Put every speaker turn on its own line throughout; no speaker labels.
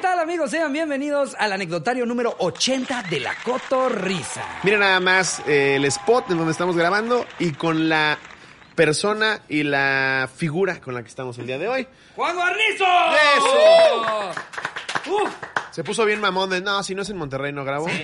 tal amigos? Sean bienvenidos al anecdotario número 80 de la Cotorrisa.
Mira nada más eh, el spot en donde estamos grabando y con la persona y la figura con la que estamos el día de hoy.
¡Juan Guarnizo!
¡Eso!
¡Uf!
Se puso bien mamón de, no, si no es en Monterrey no grabo.
No,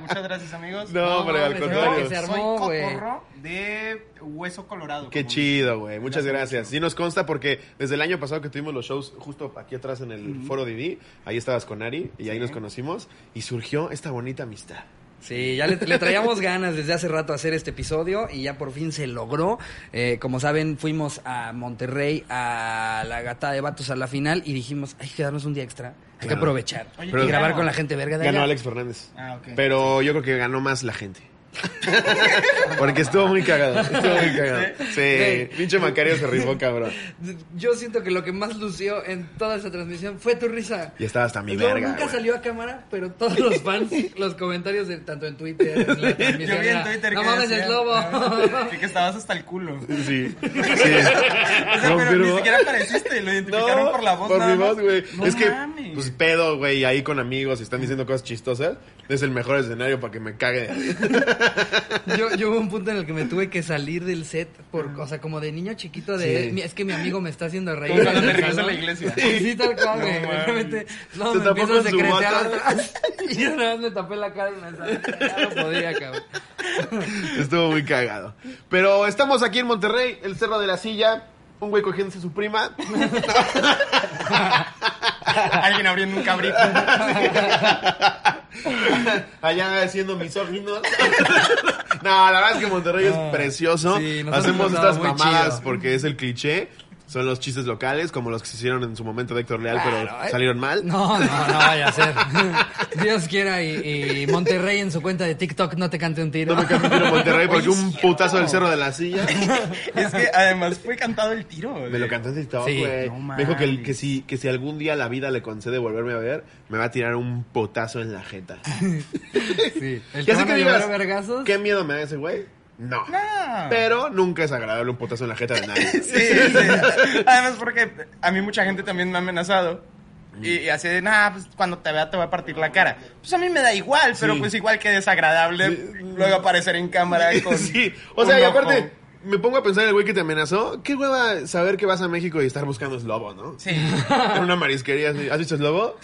muchas gracias, amigos.
No, hombre, al
mames,
contrario.
yo
Se armó,
soy
güey.
cotorro de hueso colorado.
Qué
como
chido, güey. Muchas gracias. Sí nos consta porque desde el año pasado que tuvimos los shows justo aquí atrás en el foro Didi, ahí estabas con Ari y ahí nos conocimos y surgió esta bonita amistad.
Sí, ya le, le traíamos ganas desde hace rato a hacer este episodio y ya por fin se logró. Eh, como saben, fuimos a Monterrey a la gata de vatos a la final y dijimos, hay que darnos un día extra, hay que
Claro.
aprovechar
Oye,
y
pero-
grabar
claro.
con la gente verga de
Ganó
allá.
Alex Fernández.
Ah, ok.
Pero yo creo que ganó más la gente. Porque estuvo muy cagado. Estuvo muy cagado. Sí. Pinche Macario se rifó, cabrón.
Yo siento que lo que más lució en toda esa transmisión fue tu risa.
Y estaba hasta mi
Luego
verga.
nunca
güey.
salió a cámara, pero todos los fans, los comentarios, de, tanto en Twitter, en la
Yo
transmisión,
vi en
era,
Twitter
no
que
mames,
decían,
el lobo.
Que estabas hasta el culo. O
Sí. Sí.
sea, pero ni
Confirmo.
siquiera apareciste, lo identificaron por la voz.
Por
nada
mi
más.
voz, güey.
No
es que,
mames.
pues pedo, güey, ahí con amigos y están diciendo cosas chistosas. Es el mejor escenario para que me cague. de risa.
Yo, yo hubo un punto en el que me tuve que salir del set, por, o sea, como de niño chiquito, de
Sí.
"Mi- es que mi amigo me está haciendo reír.
Como cuando
en el
te regresas a
salón".
la iglesia.
Sí, sí, tal cual,
No
güey.
mames.
Realmente, no,
Se
me
tapó
empiezo a
con su
secretear
bota.
atrás. Y yo nada más me tapé la cara y me salí. Ya no podía, cabrón.
Estuvo muy cagado. Pero estamos aquí en Monterrey, el Cerro de la Silla. Un güey cogiéndose a su prima.
Alguien abriendo un cabrito.
Allá siendo misóginos. no, la verdad es que Monterrey es precioso.
Ah, sí, nos
Hacemos
han mandado
estas
muy
mamadas
chido.
porque es el cliché. Son los chistes locales, como los que se hicieron en su momento de Héctor Leal,
Claro,
pero
¿eh?
salieron mal.
No, no, no vaya a ser. Dios quiera y, y Monterrey en su cuenta de TikTok no te cante un tiro.
No me cambio tiro Monterrey porque un putazo del cerro de la silla.
es que además fue cantado el tiro.
Me lo cantó en TikTok,
Sí.
güey.
No
me dijo que, el- que,
mames.
si, que si algún día la vida le concede volverme a ver, me va a tirar un putazo en la jeta.
Sí. El
Ya
que
sé
van
que
a llevar
digas,
a vergazos.
¿qué miedo me da ese güey? No.
No.
Pero nunca es agradable un putazo en la jeta de nadie.
Sí, sí. Además, porque a mí mucha gente también me ha amenazado. Y, y así de, nah, pues cuando te vea te voy a partir la cara. Pues a mí me da igual, pero
Sí.
pues igual que desagradable
Sí.
luego aparecer en cámara con.
Sí. O sea,
un
y
ojo.
aparte, me pongo a pensar en el güey que te amenazó. Qué hueva saber que vas a México y estar buscando Slobo, ¿no?
Sí.
En una marisquería. así, ¿Has visto Slobo?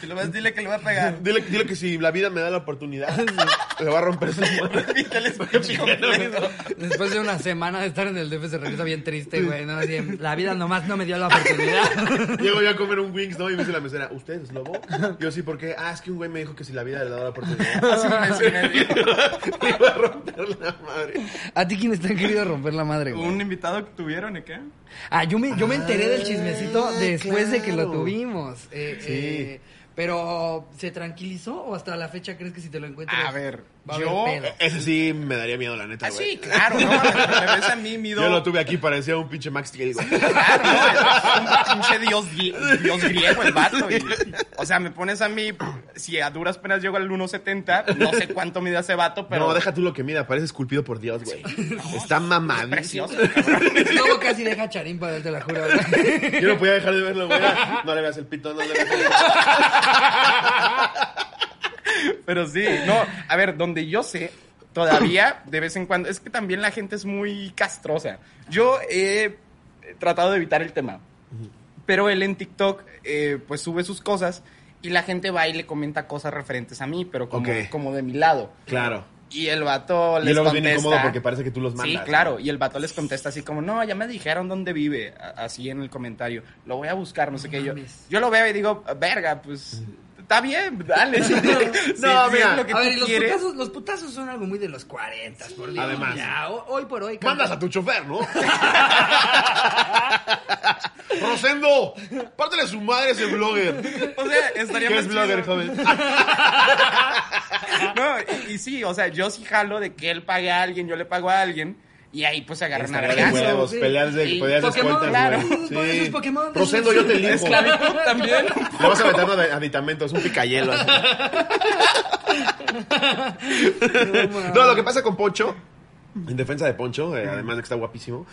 Si lo ves, dile que le va a pegar.
Dile, dile que si la vida me da la oportunidad, le va a romper su madre.
Quítale el pinche completo.
Después de una semana de estar en el DF se regresa bien triste, güey. ¿no? Así, la vida nomás no me dio la oportunidad.
Llego yo a comer un wings, ¿no? Y me dice la mesera, ¿usted es lobo? Yo sí, ¿por qué? Ah, es que un güey me dijo que si la vida le daba la oportunidad.
Hace un mes y medio.
me iba a romper la madre.
¿A ti quién está querido romper la madre, güey?
Un invitado que tuvieron, ¿y qué?
Ah, yo me, yo me enteré del chismecito
Ah,
después de que lo
claro.
tuvimos. Eh,
Sí.
eh, pero, ¿se tranquilizó o hasta la fecha crees que si te lo encuentras?
A ver,
va a
yo- ah,
haber pedo?
E, Ese sí me daría miedo, la neta, güey.
claro, no, me ves a mí, mido.
Yo lo tuve aquí, parecía un pinche Max Steel, güey.
Claro, Ah, un pinche dios, grie- dios griego el vato. y- o sea, me pones a mí, si a duras penas llego al 1.70, no sé cuánto mide ese vato, pero...
No, deja tú lo que mira, parece esculpido por Dios, güey. Está
es
mamadísimo.
Precioso, cabrón.
Luego casi deja charín para él, te la juro. güey.
Yo no podía dejar de verlo, güey. No le veas el pito, no le veas el pito.
Pero sí, no, a ver, donde yo sé, todavía, de vez en cuando, es que también la gente es muy castrosa. Yo he tratado de evitar el tema, pero él en TikTok, eh, pues sube sus cosas y la gente va y le comenta cosas referentes a mí, pero como,
Ok.
como de mi lado.
Claro.
Y el vato
Y
les
luego es bien
contesta.
incómodo porque parece que tú los mandas.
Sí, claro. Y el vato les contesta así como, no, ya me dijeron dónde vive. a- Así en el comentario. Lo voy a buscar, no sé qué. Yo,
mames.
yo lo veo y digo, verga, pues está bien, dale. Sí, sí,
mira,
sí, es lo que
A
tú
ver, y los
quieres.
putazos, los putazos son algo muy de los 40, por Dios.
Además.
Ya, ho- hoy por hoy.
Mandas a tu chofer, ¿no? Rosendo, pártele su madre a ese blogger.
O sea, estaría
¿Qué
más
es blogger,
chido.
joven?
No, y, y sí, o sea, yo sí jalo de que él pague a alguien, yo le pago a alguien. Y ahí pues se agarran a
Estaría de
vergazos.
huevos,
sí.
peleas de
Sí.
peleas de
Pokémon,
escoltas,
claro.
güey.
Por esos Pokémon de-
Rosendo, yo te limpo. Le
Esclavitud también.
vas a meter unos aditamentos, un picayelo. así.
No,
No, lo que pasa con Pocho En defensa de Poncho, eh, además de que está guapísimo.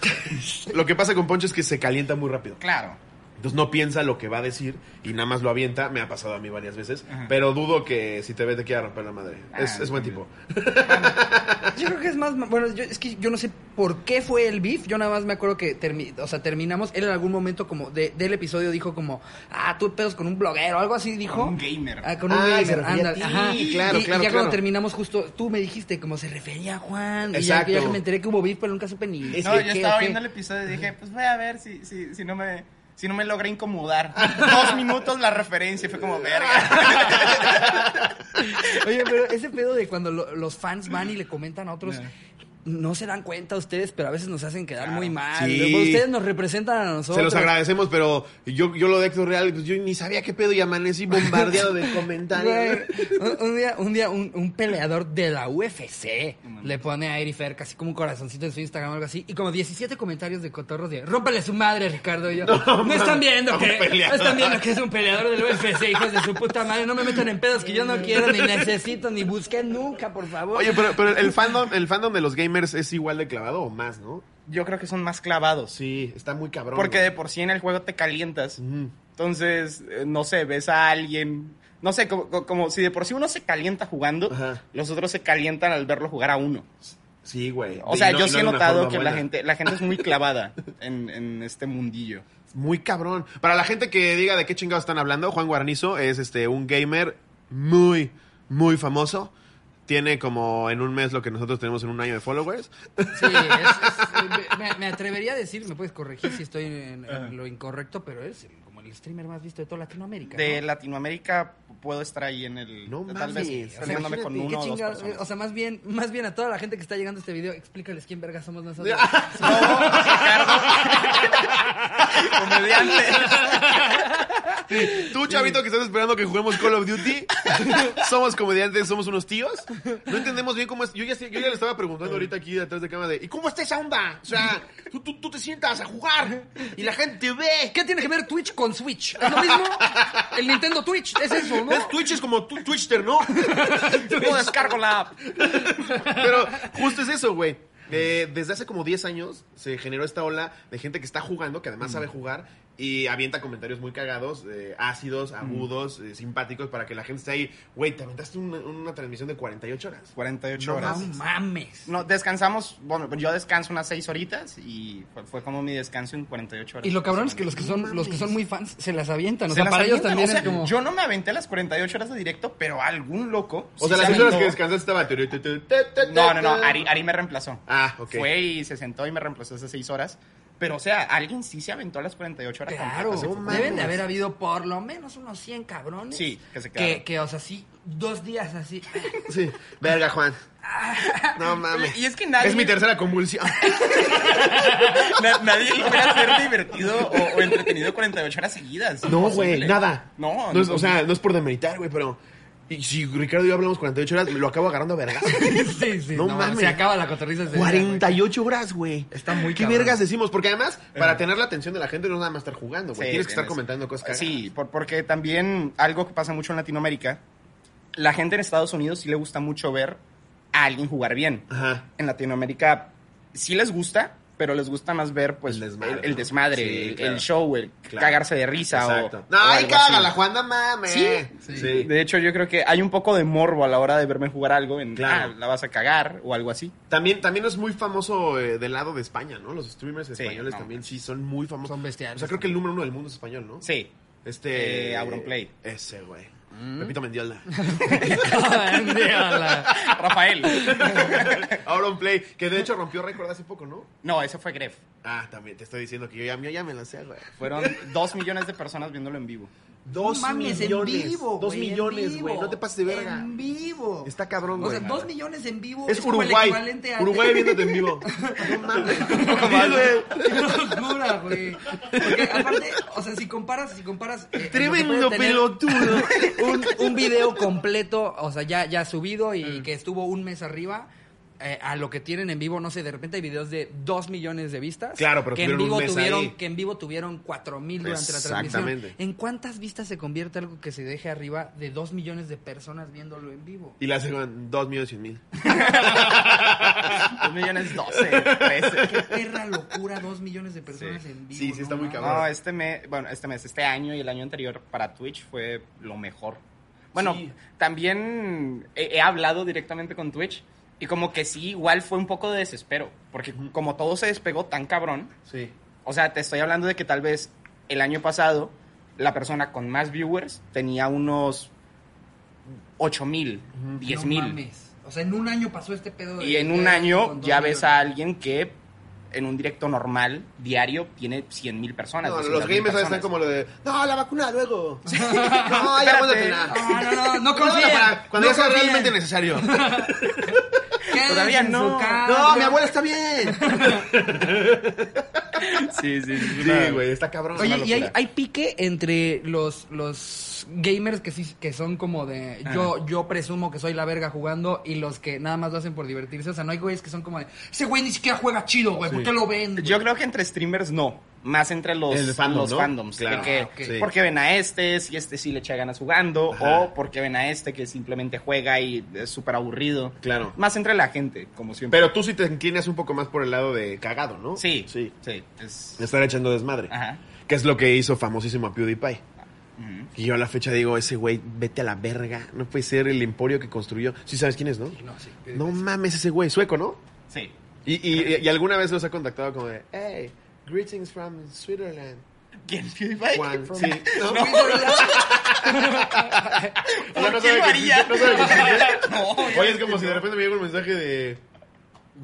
Lo que pasa con Poncho es que se calienta muy rápido.
Claro.
Entonces no piensa lo que va a decir y nada más lo avienta. Me ha pasado a mí varias veces. Pero dudo que si te ve te quiera romper la madre. es,
Ah,
es buen tipo.
Yo creo que es más, bueno, yo, es que yo no sé por qué fue el beef, yo nada más me acuerdo que termi- o sea, terminamos, él en algún momento como de- del episodio dijo como, ah, tú pedos con un bloguero, algo así dijo.
un gamer.
Ah, con un
Ah, me
gamer,
refería a
ándale,
ti,
ajá.
claro,
y, y
claro,
ya
claro.
cuando terminamos justo, tú me dijiste como se refería a Juan, y ya,
Exacto.
ya que me enteré que hubo beef, pero nunca supe ni...
Es
no,
que
yo
qué,
estaba
qué.
viendo el episodio y dije, pues voy a ver si, si, si no me si no me logra incomodar. Dos minutos la referencia y fue como verga.
Oye, pero ese pedo de cuando lo- los fans van y le comentan a otros.
No.
No se dan cuenta ustedes, pero a veces nos hacen quedar muy mal.
Sí.
Ustedes nos representan a nosotros.
Se los agradecemos, pero yo, yo lo de Héctor Real, pues yo ni sabía qué pedo y amanecí bombardeado de comentarios.
Güey, un, un día, un, día un, un peleador de la UFC le pone a Erifer casi como un corazoncito en su Instagram o algo así. Y como 17 comentarios de cotorros de rómpale su madre, Ricardo. Y yo, no, están viendo
un
que no
peleador.
están viendo que es un peleador del UFC, hijos de su puta madre. No me metan en pedos que yo no quiero, ni necesito, ni busqué nunca, por favor.
Oye, pero, pero el fandom, el fandom de los gamers es igual de clavado o más, ¿no?
Yo creo que son más clavados.
Sí, está muy cabrón.
Porque
güey.
de por sí en el juego te calientas.
Ujú.
Entonces, eh, no sé, ves a alguien. No sé, como, como- como si de por sí uno se calienta jugando,
Ajá.
los otros se calientan al verlo jugar a uno.
Sí, güey.
O
Y
sea,
no-
yo
y
sí
no
he
de una
notado
forma
que la
buena.
gente, la gente es muy clavada en, en este mundillo.
Muy cabrón. Para la gente que diga de qué chingados están hablando, Juan Guarnizo es este un gamer muy, muy famoso. Tiene como en un mes lo que nosotros tenemos en un año de followers.
Sí, es- es- me, me atrevería a decir, me puedes corregir si estoy en, en lo incorrecto, pero es el- como el streamer más visto de toda Latinoamérica. ¿no?
De Latinoamérica puedo estar ahí en el.
No
tal
mames,
vez
o sea,
peleándome
imagínate,
con
¿Qué
uno o dos
chingados?
personas.
O sea, más bien, más bien a toda la gente que está llegando a este video, explícales quién verga somos nosotros.
comediante.
Tú, chavito, que estás esperando que juguemos Call of Duty, somos comediantes, somos unos tíos. No entendemos bien cómo es. Yo ya, sé- yo ya le estaba preguntando ahorita aquí detrás de cámara de, ¿y cómo está esa onda? O sea, tú, tú- tú te sientas a jugar y la gente te ve.
¿Qué tiene que ver Twitch con Switch? ¿Es lo mismo? El Nintendo Twitch, es eso, ¿no?
Es Twitch es como tu- Twitchster, ¿no?
Yo descargo la app.
Pero justo es eso, güey. Eh, desde hace como 10 años se generó esta ola de gente que está jugando, que además sabe
Mm.
jugar y avienta comentarios muy cagados, eh,
Mm.
ácidos, agudos, eh, simpáticos, para que la gente esté ahí. Güey, te aventaste una, una transmisión de 48 horas.
48
No
horas.
No mames.
No, descansamos, bueno, yo descanso unas 6 horitas y fue, fue como mi descanso en 48 horas.
Y lo cabrón es que los que son, los que son muy fans se las avientan. O sea,
las
para ellos
avientan,
también
o sea,
es como.
Yo no me aventé las 48 horas de directo, pero algún loco.
O
sí
sea,
se
las seis horas que
aventó.
descansaste estaba. tu, tu, tu, ta, ta, ta,
No, no, no,
ta.
Ari, Ari me reemplazó.
Ah, ok.
Fue y se sentó y me reemplazó esas 6 horas. Pero, o sea, alguien sí se aventó las 48 horas.
Claro,
completas, sí, fue-
deben de haber habido por lo menos unos 100 cabrones.
Sí, que se
Que,
quedaron.
que, o sea, sí, dos días así.
Sí. Verga, Juan. No mames.
Y es que nadie-
Es mi tercera convulsión.
Na- nadie logra ser divertido o, o entretenido 48 horas seguidas.
No,
Imposible.
güey, nada.
No,
es- O sea, no es por demeritar, güey, pero. Y si Ricardo y yo hablamos 48 horas, lo acabo agarrando a vergas.
sí, sí.
No
No,
mames.
Se acaba la cotorriza. ese día, güey.
48 horas, güey.
Está muy
¿Qué
cabrón.
vergas decimos? Porque además, para tener la atención de la gente, no es nada más estar jugando, güey.
Eh. Sí,
Tienes que estar
tienes-
comentando cosas cagadas.
Sí, por- porque también algo que pasa mucho en Latinoamérica, la gente en Estados Unidos sí le gusta mucho ver a alguien jugar bien.
Ajá.
En Latinoamérica sí les gusta, pero les gusta más ver pues
El
el
desmadre,
desmadre, el,
¿no?
desmadre,
Sí,
el-
claro.
el show, el
Claro.
cagarse de risa
Exacto.
o
No,
o
ay,
algo así.
cágala, Juan, no mames.
Sí,
sí.
De hecho, yo creo que hay un poco de morbo a la hora de verme jugar algo en
Claro.
"Ah, la vas a cagar o algo así.
También, también es muy famoso eh, del lado de España, ¿no? Los streamers
Sí,
españoles
no.
también sí son muy famosos.
Son bestiales.
O sea, creo que el número uno del mundo es español, ¿no?
Sí.
Este.
Eh, Mm. Auronplay.
Ese, güey. Pepito Mendiola.
Rafael.
Auronplay, que de hecho rompió récord hace poco, ¿no?
No, ese fue Gref.
Ah, también te estoy diciendo que yo ya, yo ya me la sé, güey.
Fueron dos millones de personas viéndolo en vivo.
Dos
no mames,
millones.
en vivo.
dos
güey, en
millones, güey.
vivo.
No te pases de verga.
En vivo.
Está cabrón,
O
güey.
sea, dos millones en vivo.
es
como el
Uruguay.
equivalente a-
Uruguay viéndote en vivo. No mames. Sí, güey.
Qué locura, güey. Porque aparte, o sea, si comparas, si comparas. eh, lo que
Tremendo
puede tener
pelotudo. Mm.
Un, un video completo, o sea, ya, ya subido y que estuvo un mes arriba. eh, a lo que tienen en vivo, no sé, de repente hay videos de 2 millones de vistas.
Claro, pero
que en
tuvieron
vivo
un mes
tuvieron,
ahí.
que en vivo tuvieron 4 mil durante la transmisión.
Exactamente.
¿En cuántas vistas se convierte algo que se deje arriba de 2 millones de personas viéndolo en vivo?
Y la segunda, dos millones cien mil.
Dos millones doce, trece.
Qué perra locura, 2 millones de personas
Sí.
en vivo.
Sí, sí, está muy
mames.
cabrón.
No, este mes, bueno, este mes, este año y el año anterior para Twitch fue lo mejor. Bueno,
Sí.
también he, he hablado directamente con Twitch y como que sí, igual fue un poco de desespero, porque como todo se despegó tan cabrón,
Sí.
o sea, te estoy hablando de que tal vez el año pasado la persona con más viewers tenía unos 8 mil, 10
No
mil.
mames. O sea, en un año pasó este pedo. de-
Y en un
de-
año
con
ya
dos
ves
millones.
a alguien que en un directo normal, diario, tiene 100 mil personas.
No,
200,000
los gamers ahora están
personas.
como lo de, no, la vacuna luego. no, ya vamos a
No,
cenar.
no, no, no
Guárdala
confíen.
para Cuando
no
ya sea
confíen.
realmente necesario.
Quédense
Todavía
en
no.
su casa.
No, mi abuela está bien.
Sí, sí, sí.
Sí, güey, está cabrón. es
Oye,
una
¿y hay,
locura.
hay pique entre los, los gamers que sí que son como de
Ah.
yo, yo presumo que soy la verga jugando y los que nada más lo hacen por divertirse? O sea, no hay güeyes que son como de ese güey ni siquiera juega chido, güey, ¿por qué lo ven? güey?"
Yo creo que entre streamers no. Más entre los,
El fandom,
los
¿no?
fandoms. de
Claro.
que,
Ah, ok.
Sí.
Porque ven a este, si este sí le echa ganas jugando,
Ajá.
o porque ven a este que simplemente juega y es súper aburrido.
Claro.
Más entre la gente, como siempre.
Pero tú sí te inclinas un poco más por el lado de cagado, ¿no?
sí,
Sí.
sí, sí. es-
Estar echando desmadre.
Ajá.
Que es lo que hizo famosísimo a PewDiePie.
Ujú.
Y yo a la fecha digo, ese güey, vete a la verga. No puede ser el emporio que construyó. Sí sabes quién es, ¿no?
No, sí.
No mames, ese güey, sueco, ¿no?
Sí.
Y, y, y alguna vez los ha contactado como de, hey, greetings from Switzerland.
¿Quién PewDiePie?
Juan,
From-
sí. No,
No,
o sea, no
¿Por
sabe
qué
que-
lo haría?
no sabe que existe.
No,
Oye, es
obviamente
como si de
no.
repente me llega un mensaje de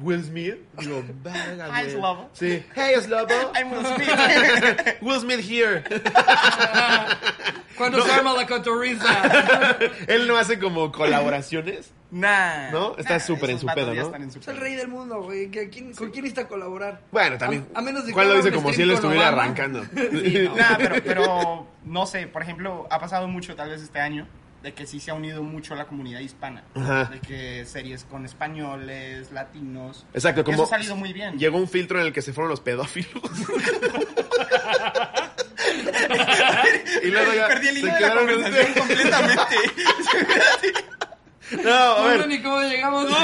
Will Smith. Digo, verga,
Hi,
güey.
Slobo.
Sí. Hey, Slobo.
I'm Will Smith.
Will Smith here.
Cuando se arma la cotorriza.
Él no hace como colaboraciones.
Nah.
¿No? Está
Nah,
súper en
esos
su
vatos
pedo,
ya
¿no?
están en su
Es el
pedo.
rey del mundo, güey. ¿que a quién- ¿Con quién necesita colaborar?
Bueno, también.
A, a menos de
¿Cuál lo
que haga
dice
un
como si
stream
él
con
estuviera
Obama?
arrancando?
Nah, pero, pero no sé, por ejemplo, ha pasado mucho tal vez este año de que sí se ha unido mucho la comunidad hispana.
Ajá.
De que series con españoles, latinos.
Exacto,
Y
como-
Eso ha salido muy bien.
Llegó un filtro en el que se fueron los pedófilos. y luego ya
Perdí el hilo
se
de la
quedaron en-
conversación completamente.
este- No, a
No
ver.
sé ni cómo llegamos.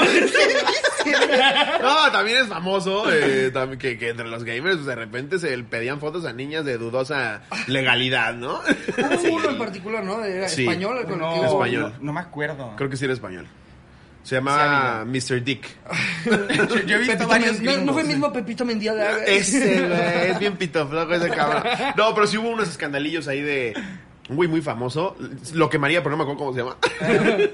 No, también es famoso eh, tam- que, que entre los gamers pues, de repente se le pedían fotos a niñas de dudosa legalidad, ¿no?
Hubo uno en particular, ¿no? Era
Sí.
español. el
No,
colectivo.
Español.
No, no me acuerdo.
Creo que sí era español. Se llamaba Mr. Dick.
Yo, yo he visto
Pepito
varios.
Men- no, no fue el
gringos.
mismo Pepito Mendía de
Ese, Este, güey, es bien pitofloco ese cabrón. No, pero sí hubo unos escandalillos ahí de un güey muy famoso. Lo que María, pero no me acuerdo cómo se llama.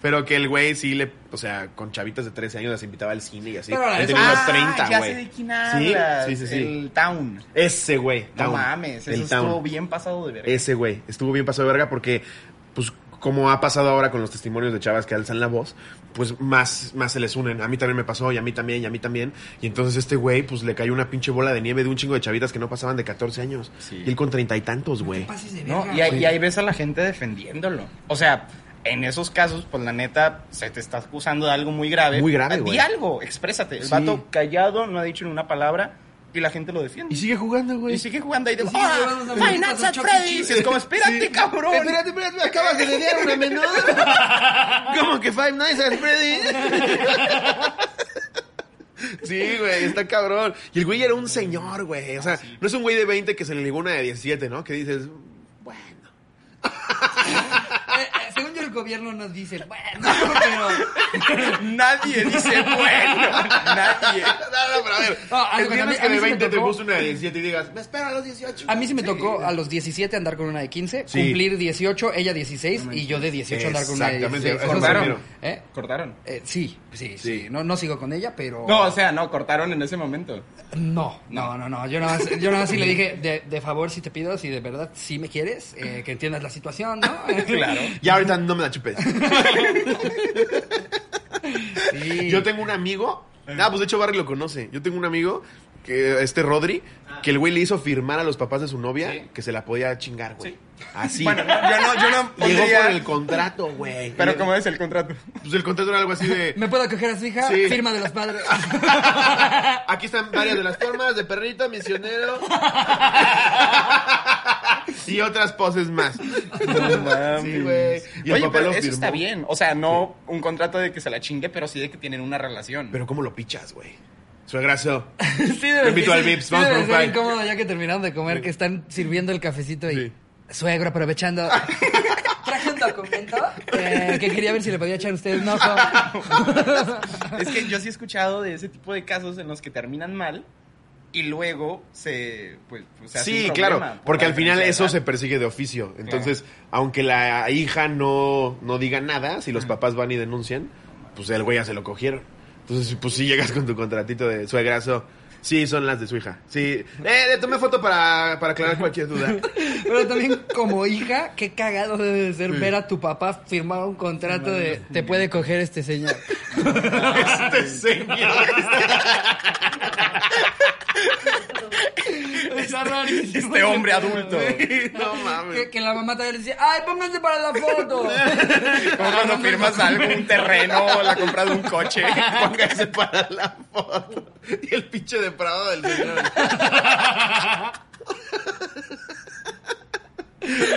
pero que el güey sí le, o sea, con chavitas de 13 años las invitaba al cine y así.
Pero ahora
Él
es-
tenía unos
Ah,
30,
ya sé de
güey.
quién hablas.
sí, sí, sí.
El Town.
Ese güey.
No
Town.
mames, eso
El
estuvo
Town.
bien pasado de verga.
Ese güey. Estuvo bien pasado de verga porque, pues, como ha pasado ahora con los testimonios de chavas que alzan la voz, pues más, más se les unen. A mí también me pasó, y a mí también, y a mí también. Y entonces este güey, pues le cayó una pinche bola de nieve de un chingo de chavitas que no pasaban de 14 años.
Sí.
Y él con treinta y tantos, güey.
Pases de
¿no?
verga,
Y, ahí-
güey.
y ahí ves a la gente defendiéndolo. O sea, en esos casos, pues la neta, se te está acusando de algo muy grave.
Muy grave,
Di
güey.
algo, exprésate. El
Sí.
vato callado, no ha dicho ni una palabra y la gente lo defiende.
Y
Y,
sigue jugando, güey.
sigue jugando ahí de.
Y sigue
¡Ah!
llevando las manitas
¡Finance at
de
Freddy's!
Chucky
Es como, espérate, cabrón.
Espérate, espérate, acabas de leer una menor. ¿Cómo que Five Nights at Freddy? Sí, güey, está cabrón. Y el güey era un señor, güey. O sea, no es un güey de 20 que se le ligó una de 17, ¿no? Que dices, bueno.
Eh, eh, según yo, el gobierno nos dice, bueno, pero.
Nadie dice bueno. Nadie.
No, no, pero a ver.
No, a- a mí-
entiendes
a
que
mí
de
sí me
20 te
tocó-
gusta una de 17 y digas, me espero a los 18.
A mí sí me tocó a los 17 andar con una de 15,
Sí.
cumplir 18, ella 16 y yo de 18 andar con una de 16.
Exactamente, eso
O
me
sea,
refiero.
¿eh?
Cortaron.
Eh, sí, sí,
Sí.
sí. No, no sigo con ella, pero.
No, o sea, no, cortaron en ese momento.
No, no, no, no. Yo nada más, yo nada más sí le dije, de, de favor, si te pido, si de verdad sí me quieres, eh, que entiendas la situación, ¿no?
Claro.
Ya ahorita no me la chupes.
Sí.
Yo tengo un amigo
Eh.
Ah, pues de hecho Barry lo conoce. Yo tengo un amigo, que este Rodri, que el güey le hizo firmar a los papás de su novia
Sí.
que se la podía chingar, güey.
Sí.
Así.
Bueno, no, yo no, yo no
Llegó
pondría-
por el contrato, güey.
Pero como es el contrato.
Pues el contrato era algo así de...
¿Me puedo coger a su hija?
Sí.
Firma de los padres.
Aquí están varias de las formas de perrito, misionero. y otras poses más. Sí, güey. Y el
Oye,
papá
pero
lo
eso
firmó.
está bien. O sea, no un contrato de que se la chingue, pero sí de que tienen una relación.
Pero ¿cómo lo pichas, güey? Suegrazo.
sí, debe-
invito al
sí,
Vips,
sí
vamos
debe
por un
ser
pie.
incómodo ya que terminaron de comer, que están sirviendo el cafecito y...
Sí.
Suegro, aprovechando. Traje un documento eh, que quería ver si le podía echar a ustedes un ojo.
Es que yo sí he escuchado de ese tipo de casos en los que terminan mal y luego se. Pues, o sea,
Sí,
sin
claro,
problema por
porque
la
al final
diferencia de
eso se
edad.
persigue de oficio. Entonces, aunque la hija no, no diga nada, si los
Ah.
papás van y denuncian, pues el güey ya se lo cogieron. Entonces, pues sí llegas con tu contratito de suegrazo. Sí, son las de su hija. Sí, eh, le tomé foto para, para aclarar cualquier duda.
Pero también como hija, qué cagado debe de ser ver a tu papá firmar un contrato de te puede coger este señor.
este señor.
Está rarísimo.
Este hombre adulto.
no mames.
Que, que la mamá también le decía, ay, pónganse para la foto.
Como cuando firmas algún terreno o la compra de un coche.
Póngase para la foto. Y el pinche depravado del señor.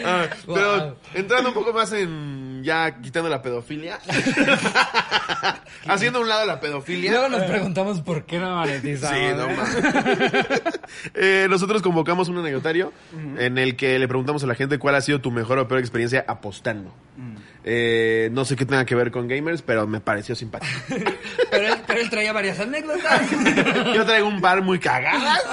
Ah, pero
Wow.
entrando un poco más en. Ya quitando la pedofilia. haciendo a un lado la
Y
pedofilia.
luego nos preguntamos por qué no monetizamos.
Sí, no
¿eh?
mames. Eh, nosotros convocamos un anecdotario en el que le preguntamos a la gente cuál ha sido tu mejor o peor experiencia apostando.
Mm.
Eh, no sé qué tenga que ver con gamers, pero me pareció simpático.
Pero él, pero él traía varias anécdotas.
Yo traigo un bar muy cagadas.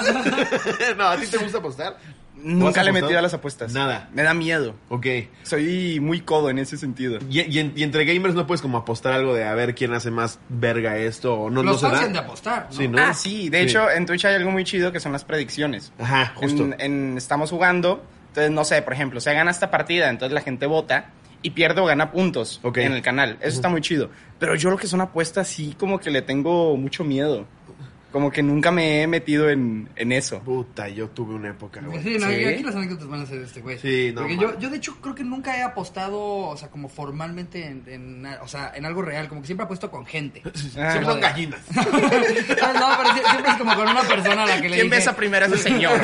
no, ¿a ti te gusta apostar? ¿O has
Nunca le he
apostado?
metido a las apuestas.
Nada.
Me da miedo.
Ok.
Soy muy codo en ese sentido.
Y, y en- y entre gamers no puedes como apostar algo de a ver quién hace más verga esto o no, no
Los
se
fans
da.
han de apostar. ¿no?
Sí, ¿no?
Ah, sí. De
Sí.
hecho, en Twitch hay algo muy chido que son las predicciones.
Ajá, justo.
En- en- estamos jugando, entonces no sé, por ejemplo, se gana esta partida, entonces la gente vota y pierde o gana puntos
Ok.
en el canal. Eso está muy chido. Pero yo lo que son apuestas sí como que le tengo mucho miedo. Como que nunca me he metido en, en eso.
Puta, yo tuve una época, güey.
Sí, no,
Sí.
aquí las anécdotas van a ser de este güey.
Sí, no,
Porque
man.
yo, yo, de hecho, creo que nunca he apostado, o sea, como formalmente en, en- o sea, en algo real. Como que siempre apuesto con gente.
Ah,
Siempre son gallinas.
Ah, no, pero sí- siempre es como con una persona a la que le
¿Quién
dije,
besa primero a ese señor?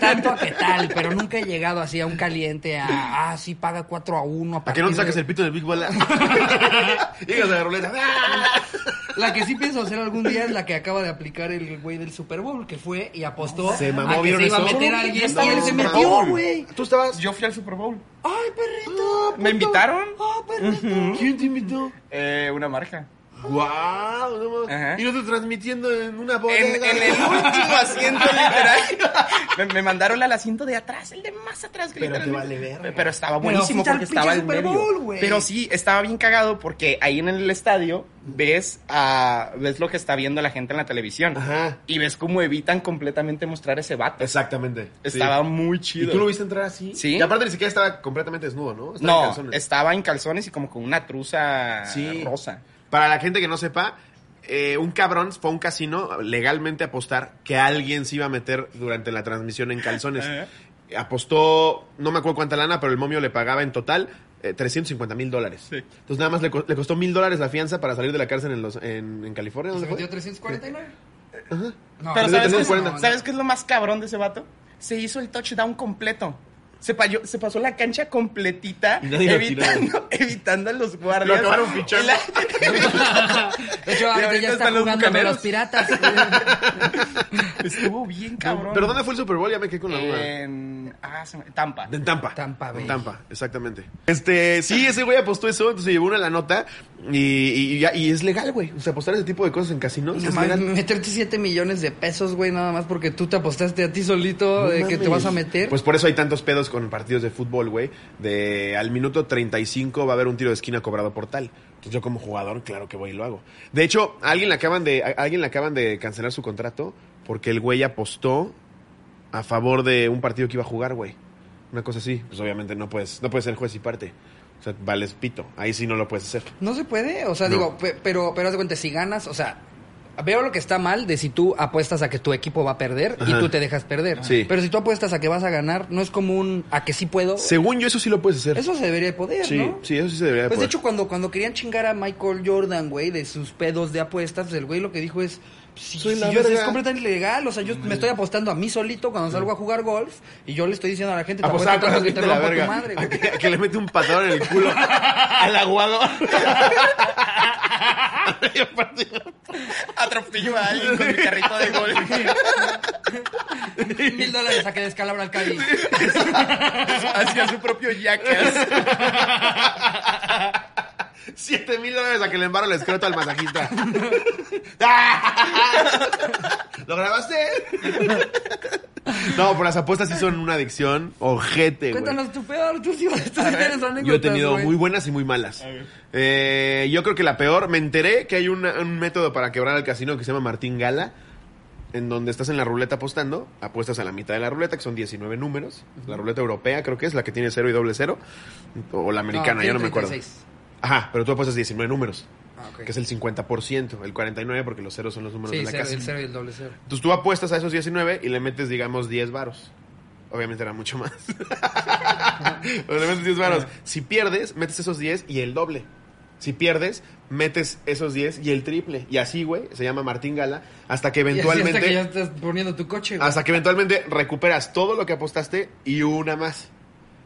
tanto a que tal, pero nunca he llegado así a un caliente a, ah, sí, paga 4 a 1.
¿A que no te saques el pito del Big Bola? Llegas a la ruleta. ¡Ah!
La que sí pienso hacer algún día es la que acaba de aplicar el güey del Super Bowl, que fue y apostó
Se mamó,
a que
¿vieron
se iba a
eso?
meter a alguien y él se
No,
metió,
mamón.
güey.
¿Tú estabas?
Yo fui al Super Bowl.
¡Ay, perrito!
¿Me invitaron?
¡Ah, perrito!
¿Quién te invitó?
Eh, una marca.
¡Guau! no mames.
Ajá.
Y nosotros transmitiendo en una
En,
bodega.
en el último asiento, literal. Me, me mandaron al asiento de atrás, el de más atrás. que
Pero te
literalmente-
vale verga.
Pero estaba
Pero
buenísimo
fuiste al
porque estaba
pinche
en
Super
medio.
Bowl, güey.
pero sí, estaba bien cagado porque ahí en el estadio ves, a, ves lo que está viendo la gente en la televisión.
Ajá.
Y ves cómo evitan completamente mostrar ese vato.
Exactamente. sí.
Estaba muy
¿Y
chido.
tú lo viste entrar así?
Sí.
Y aparte ni siquiera estaba completamente desnudo, ¿no? Estaba en
No,
calzones.
estaba en calzones y como con una truza
Sí.
rosa.
Para la gente que no sepa, eh, un cabrón fue a un casino legalmente a apostar que alguien se iba a meter durante la transmisión en calzones.
Ajá.
Apostó, no me acuerdo cuánta lana, pero el momio le pagaba en total eh, 350 mil dólares.
Sí.
Entonces nada más le, co- le costó mil dólares la fianza para salir de la cárcel en, los, en, en California.
¿Se
¿dónde fue?
Pues metió 349?
Ajá.
No,
Pero
Pero ¿sabes
tenía
qué, es,
40.
¿sabes qué es lo más cabrón de ese vato? Se hizo el touchdown completo. Se, payó- se pasó la cancha completita
Y nadie lo
evitando, evitando a los guardias.
Lo acabaron fichando.
Y la-
De hecho,
Y
ahorita
ahorita
ya está
están los
jugando con
bucaneros.
los piratas.
Estuvo bien cabrón.
¿Pero dónde fue el Super Bowl? Ya me quedé con la
Eh,
duda.
En- ah, se me- Tampa.
En Tampa.
Tampa Bay.
En Tampa, exactamente. Este, sí, ese güey apostó eso, entonces se llevó una la nota y, y, ya- y es legal, güey. O sea, apostar ese tipo de cosas en casinos
No
es
mames,
legal.
Meterte 7 millones de pesos, güey, nada más porque tú te apostaste a ti solito
No
de que te
mames.
vas a meter.
Pues por eso hay tantos pedos con partidos de fútbol, güey. De al minuto 35 va a haber un tiro de esquina cobrado por tal. Entonces yo como jugador, claro que voy y lo hago. De hecho, a alguien le acaban de, a alguien le acaban de cancelar su contrato porque el güey apostó a favor de un partido que iba a jugar, güey. Una cosa así. Pues obviamente no puedes, no puedes ser juez y parte. O sea, vales pito. Ahí sí no lo puedes hacer.
No se puede, o sea,
No.
digo, pe- pero, pero haz de cuenta, si ganas, o sea, Veo lo que está mal de si tú apuestas a que tu equipo va a perder y
Ajá.
tú te dejas perder.
Sí.
Pero si tú apuestas a que vas a ganar, no es como un a que sí puedo.
Según yo, eso sí lo puedes hacer.
Eso se debería poder,
sí,
¿no?
sí, eso sí se debería
Pues de
poder.
hecho, cuando, cuando querían chingar a Michael Jordan, güey, de sus pedos de apuestas, pues el güey lo que dijo es. pues, "Sí,
Soy
sí,
la
yo- es
verga". Mm.
completamente ilegal, o sea, yo me estoy apostando a mí solito cuando salgo a jugar golf y yo le estoy diciendo a la gente, te
Apostar
apuesto tanto
con la
que te
gente de la
rompo tu
verga.
madre, güey.
a, que, a que le mete un patadón en el culo al aguador.
Atropello a alguien con mi carrito de gol.
Mil dólares a que descalabra al Cádiz.
Hacia su propio jackass.
Siete mil dólares a que le embarro el escroto al masajista. ¿Lo grabaste? no, pero las apuestas sí son una adicción. Ojete, güey.
Cuéntanos tu peor, tú sí vas a tener esa anécdota.
Yo he tenido muy buenas y muy malas. Eh, yo creo que la peor, me enteré que hay una- un método para quebrar el casino que se llama Martín Gala, en donde estás en la ruleta apostando, apuestas a la mitad de la ruleta, que son 19 números. La ruleta europea creo que es la que tiene cero y doble cero, o la
No,
americana, yo
tiene
no me acuerdo.
36.
Ajá, pero tú apuestas 19 números,
Ah, ok.
que es el 50%, el 49 porque los ceros son los números
Sí,
de la
cero-
casa.
el cero y el doble cero.
Entonces tú apuestas a esos 19 y le metes, digamos, 10 varos. Obviamente era mucho más. Pero le metes 10 varos. Si pierdes, metes esos 10 y el doble. Si pierdes, metes esos 10 y el triple. Y así, güey, se llama Martín Gala, hasta que
Y así hasta que ya
eventualmente...
estás poniendo tu coche, güey.
Hasta que eventualmente recuperas todo lo que apostaste y una más.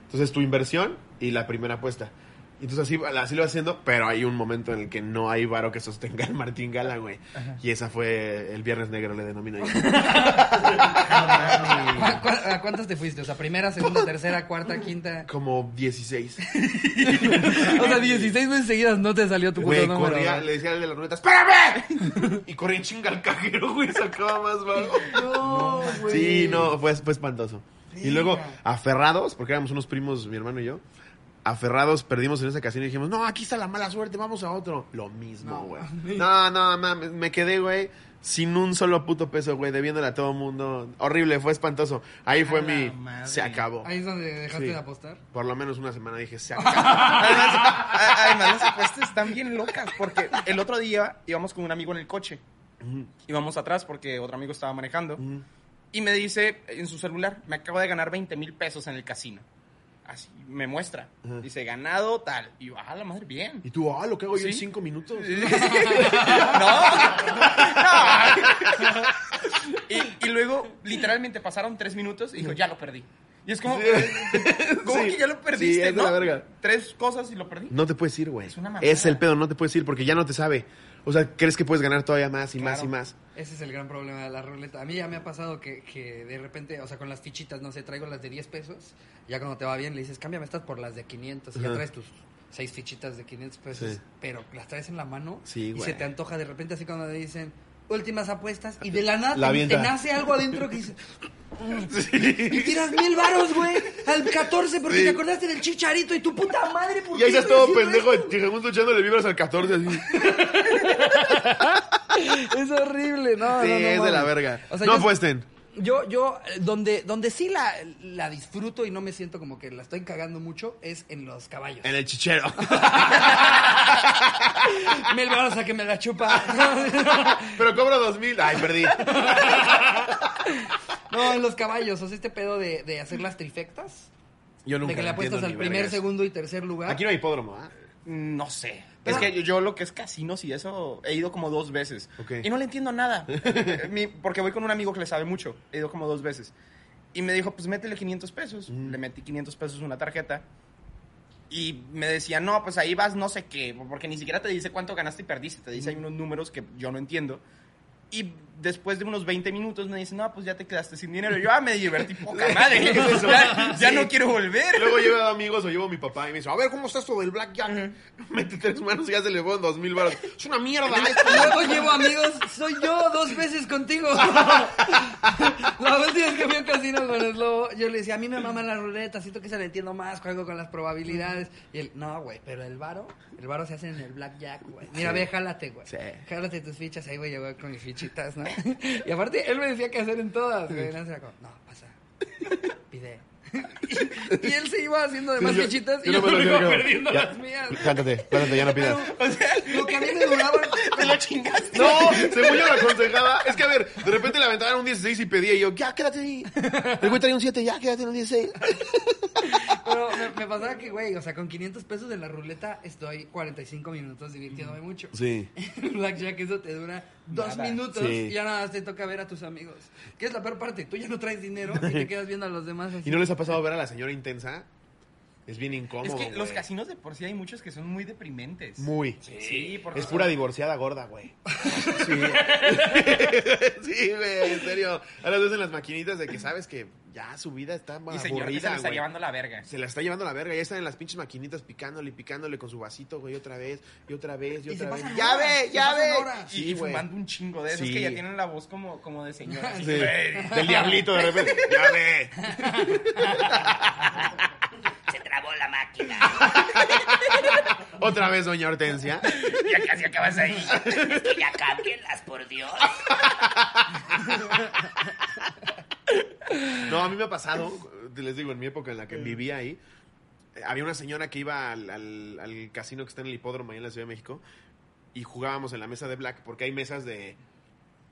Entonces tu inversión y la primera apuesta. Y Entonces así, así lo vas haciendo, pero hay un momento en el que no hay varo que sostenga el Martín Gala, güey. Y esa fue el Viernes Negro, le denomino yo.
¿Cu- cu- a cuántas te fuiste? O sea, primera, segunda, tercera, cuarta, quinta.
Como 16.
O sea, 16 veces seguidas no te salió tu puto
Güey,
número.
corría,
güey.
le decía al de las ruletas, ¡espérame! y corría en chinga al cajero, güey, sacaba más barro.
No, güey.
Sí, no, fue, fue espantoso. Y luego,
Verga.
aferrados, porque éramos unos primos, mi hermano y yo, aferrados, perdimos en esa ocasión y dijimos, no, aquí está la mala suerte, vamos a otro. Lo
No,
mismo, güey.
mames.
No, no, mames, me quedé, güey, sin un solo puto peso, güey, debiéndole a todo mundo. Horrible, fue espantoso. Ahí fue
A la
mi...
madre.
Se acabó.
Ahí es donde dejaste
Sí.
de apostar.
Por lo menos una semana dije, se acabó.
Además, a- además, las apuestas están bien locas porque el otro día íbamos con un amigo en el coche. Íbamos atrás porque otro amigo estaba manejando. Y me dice en su celular, me acabo de ganar 20 mil pesos en el casino. Así, me muestra.
Ajá.
Dice, ganado tal. Y yo, ah, la madre, bien.
Y tú, ah, lo que hago yo en
Sí.
cinco minutos.
no. No. Y, y luego, literalmente, pasaron tres minutos y dijo, ya lo perdí. Y es como, eh, ¿cómo
Sí.
que ya
Sí,
lo perdiste?
es de
no?
la verga.
Tres cosas y lo perdí.
No te puedes ir, güey.
Es una mamada.
Es el pedo, no te puedes ir porque ya no te sabe. O sea, crees que puedes ganar todavía más y más
Claro.
y más.
Ese es el gran problema de la ruleta. A mí ya me ha pasado que, que de repente, o sea, con las fichitas, no sé, traigo las de 10 pesos. Ya cuando te va bien, le dices, cámbiame estas por las de 500. Y ya
Ajá.
traes tus seis fichitas de 500 pesos.
Sí.
Pero las traes en la mano
Sí,
y
güey.
se te antoja de repente, así cuando te dicen últimas apuestas. Y de la nada
La
te- te,
avienta.
nace algo adentro que dices. Y tiras mil varos, güey, al 14 porque
Sí.
te acordaste del chicharito y tu puta madre. ¿por
Y ahí
qué
estás
estoy
todo
haciendo
pendejo,
esto?
llegamos luchándole vibras al 14 así.
Es horrible, no, no,
Sí,
no,
es de
mames.
la verga.
O sea,
no pues,
yo-
apuesten.
Yo, yo, eh, donde, donde sí la, la disfruto y no me siento como que la estoy cagando mucho es en los caballos.
En el chichero.
Mil varos a que me la chupa.
Pero cobro dos mil. Ay, perdí.
no, en los caballos. O sea, este pedo de, de hacer las trifectas.
Yo nunca
de que le
lo entiendo
apuestas al
ni
primer,
vergas.
segundo y tercer lugar.
Aquí no hay hipódromo, ¿ah?
No sé.
Pero-
es que yo, yo lo que es casinos y eso he ido como dos veces.
Ok.
Y no le entiendo nada. Mi- porque voy con un amigo que le sabe mucho. He ido como dos veces. Y me dijo, pues métele 500 pesos. Le metí 500 pesos una tarjeta. Y me decía, no, pues ahí vas no sé qué. Porque ni siquiera te dice cuánto ganaste y perdiste. Te dice, hay unos números que yo no entiendo. Y después de unos 20 minutos me dice, no, pues ya te quedaste sin dinero. Yo, ah, me divertí poca madre. ya ya no quiero volver.
Luego llevo a amigos o llevo a mi papá y me dice, a ver, ¿cómo estás todo el blackjack? Mete tres manos y ya se le fueron dos mil baros. Es una mierda esto.
Luego llevo amigos, soy yo dos veces contigo. la última vez que fui a un casino con el lobo, yo le decía, a mí me maman las ruletas, siento que se la entiendo más, juego con las probabilidades. Y él, no, güey, pero el varo, el varo se hace en el blackjack, güey. Mira, ve, jálate, güey.
Sí.
Jálate tus fichas, ahí voy yo güey, con mis fichitas, ¿no? y aparte, él me decía qué hacer en todas, güey. No, era como, no pasa, pide. y él se iba haciendo de más
yo-
fichitas
yo
y
no
yo
me lo
me iba
llevo.
perdiendo
Ya.
las mías.
Cántate, cántate, ya no pidas.
O sea,
Lo que a mí me duraba...
te lo chingaste.
No, según yo lo aconsejaba. Es que, a ver, de repente le aventaban un 16 y pedía y yo, ya, quédate ahí. El güey traía un 7, ya, quédate en un 16.
Pero me, me pasaba que, güey, o sea, con 500 pesos en la ruleta estoy 45 minutos divirtiéndome mucho.
Sí.
En Blackjack eso te dura dos
Nada.
minutos
Sí.
y ya nada más te toca ver a tus amigos. Que es la peor parte, tú ya no traes dinero y te quedas viendo a los demás así.
¿Y no les ha pasado ver a la señora intensa? Es bien
Es
incómodo.
que los
güey.
casinos de por sí hay muchos que son muy deprimentes.
Muy.
Sí, porque
Es pura
son-
divorciada gorda, güey. Sí. güey, en serio. A las veces en las maquinitas de que sabes que ya su vida está
Y señor que se
aburrida,
le está
güey.
llevando la verga.
Se la está llevando la verga, ya están en las pinches maquinitas picándole y picándole con su vasito, güey, otra vez, y otra vez, y
Y se
otra vez.
pasan
¡Ya
horas,
ve,
se
ya
pasan
ve!
horas.
y, y
güey.
fumando un chingo de esos
Sí.
que ya tienen la voz como, como de señora. así,
Sí.
"Ey".
Del diablito de repente. ¡Ya ve!
Se trabó la máquina.
Otra vez, doña Hortensia.
Ya casi acabas ahí.
Es que ya cámbienlas, por Dios.
No, a mí me ha pasado, te les digo, en mi época en la que vivía ahí, eh, había una señora que iba al, al- al casino que está en el hipódromo ahí en la Ciudad de México y jugábamos en la mesa de black, porque hay mesas de,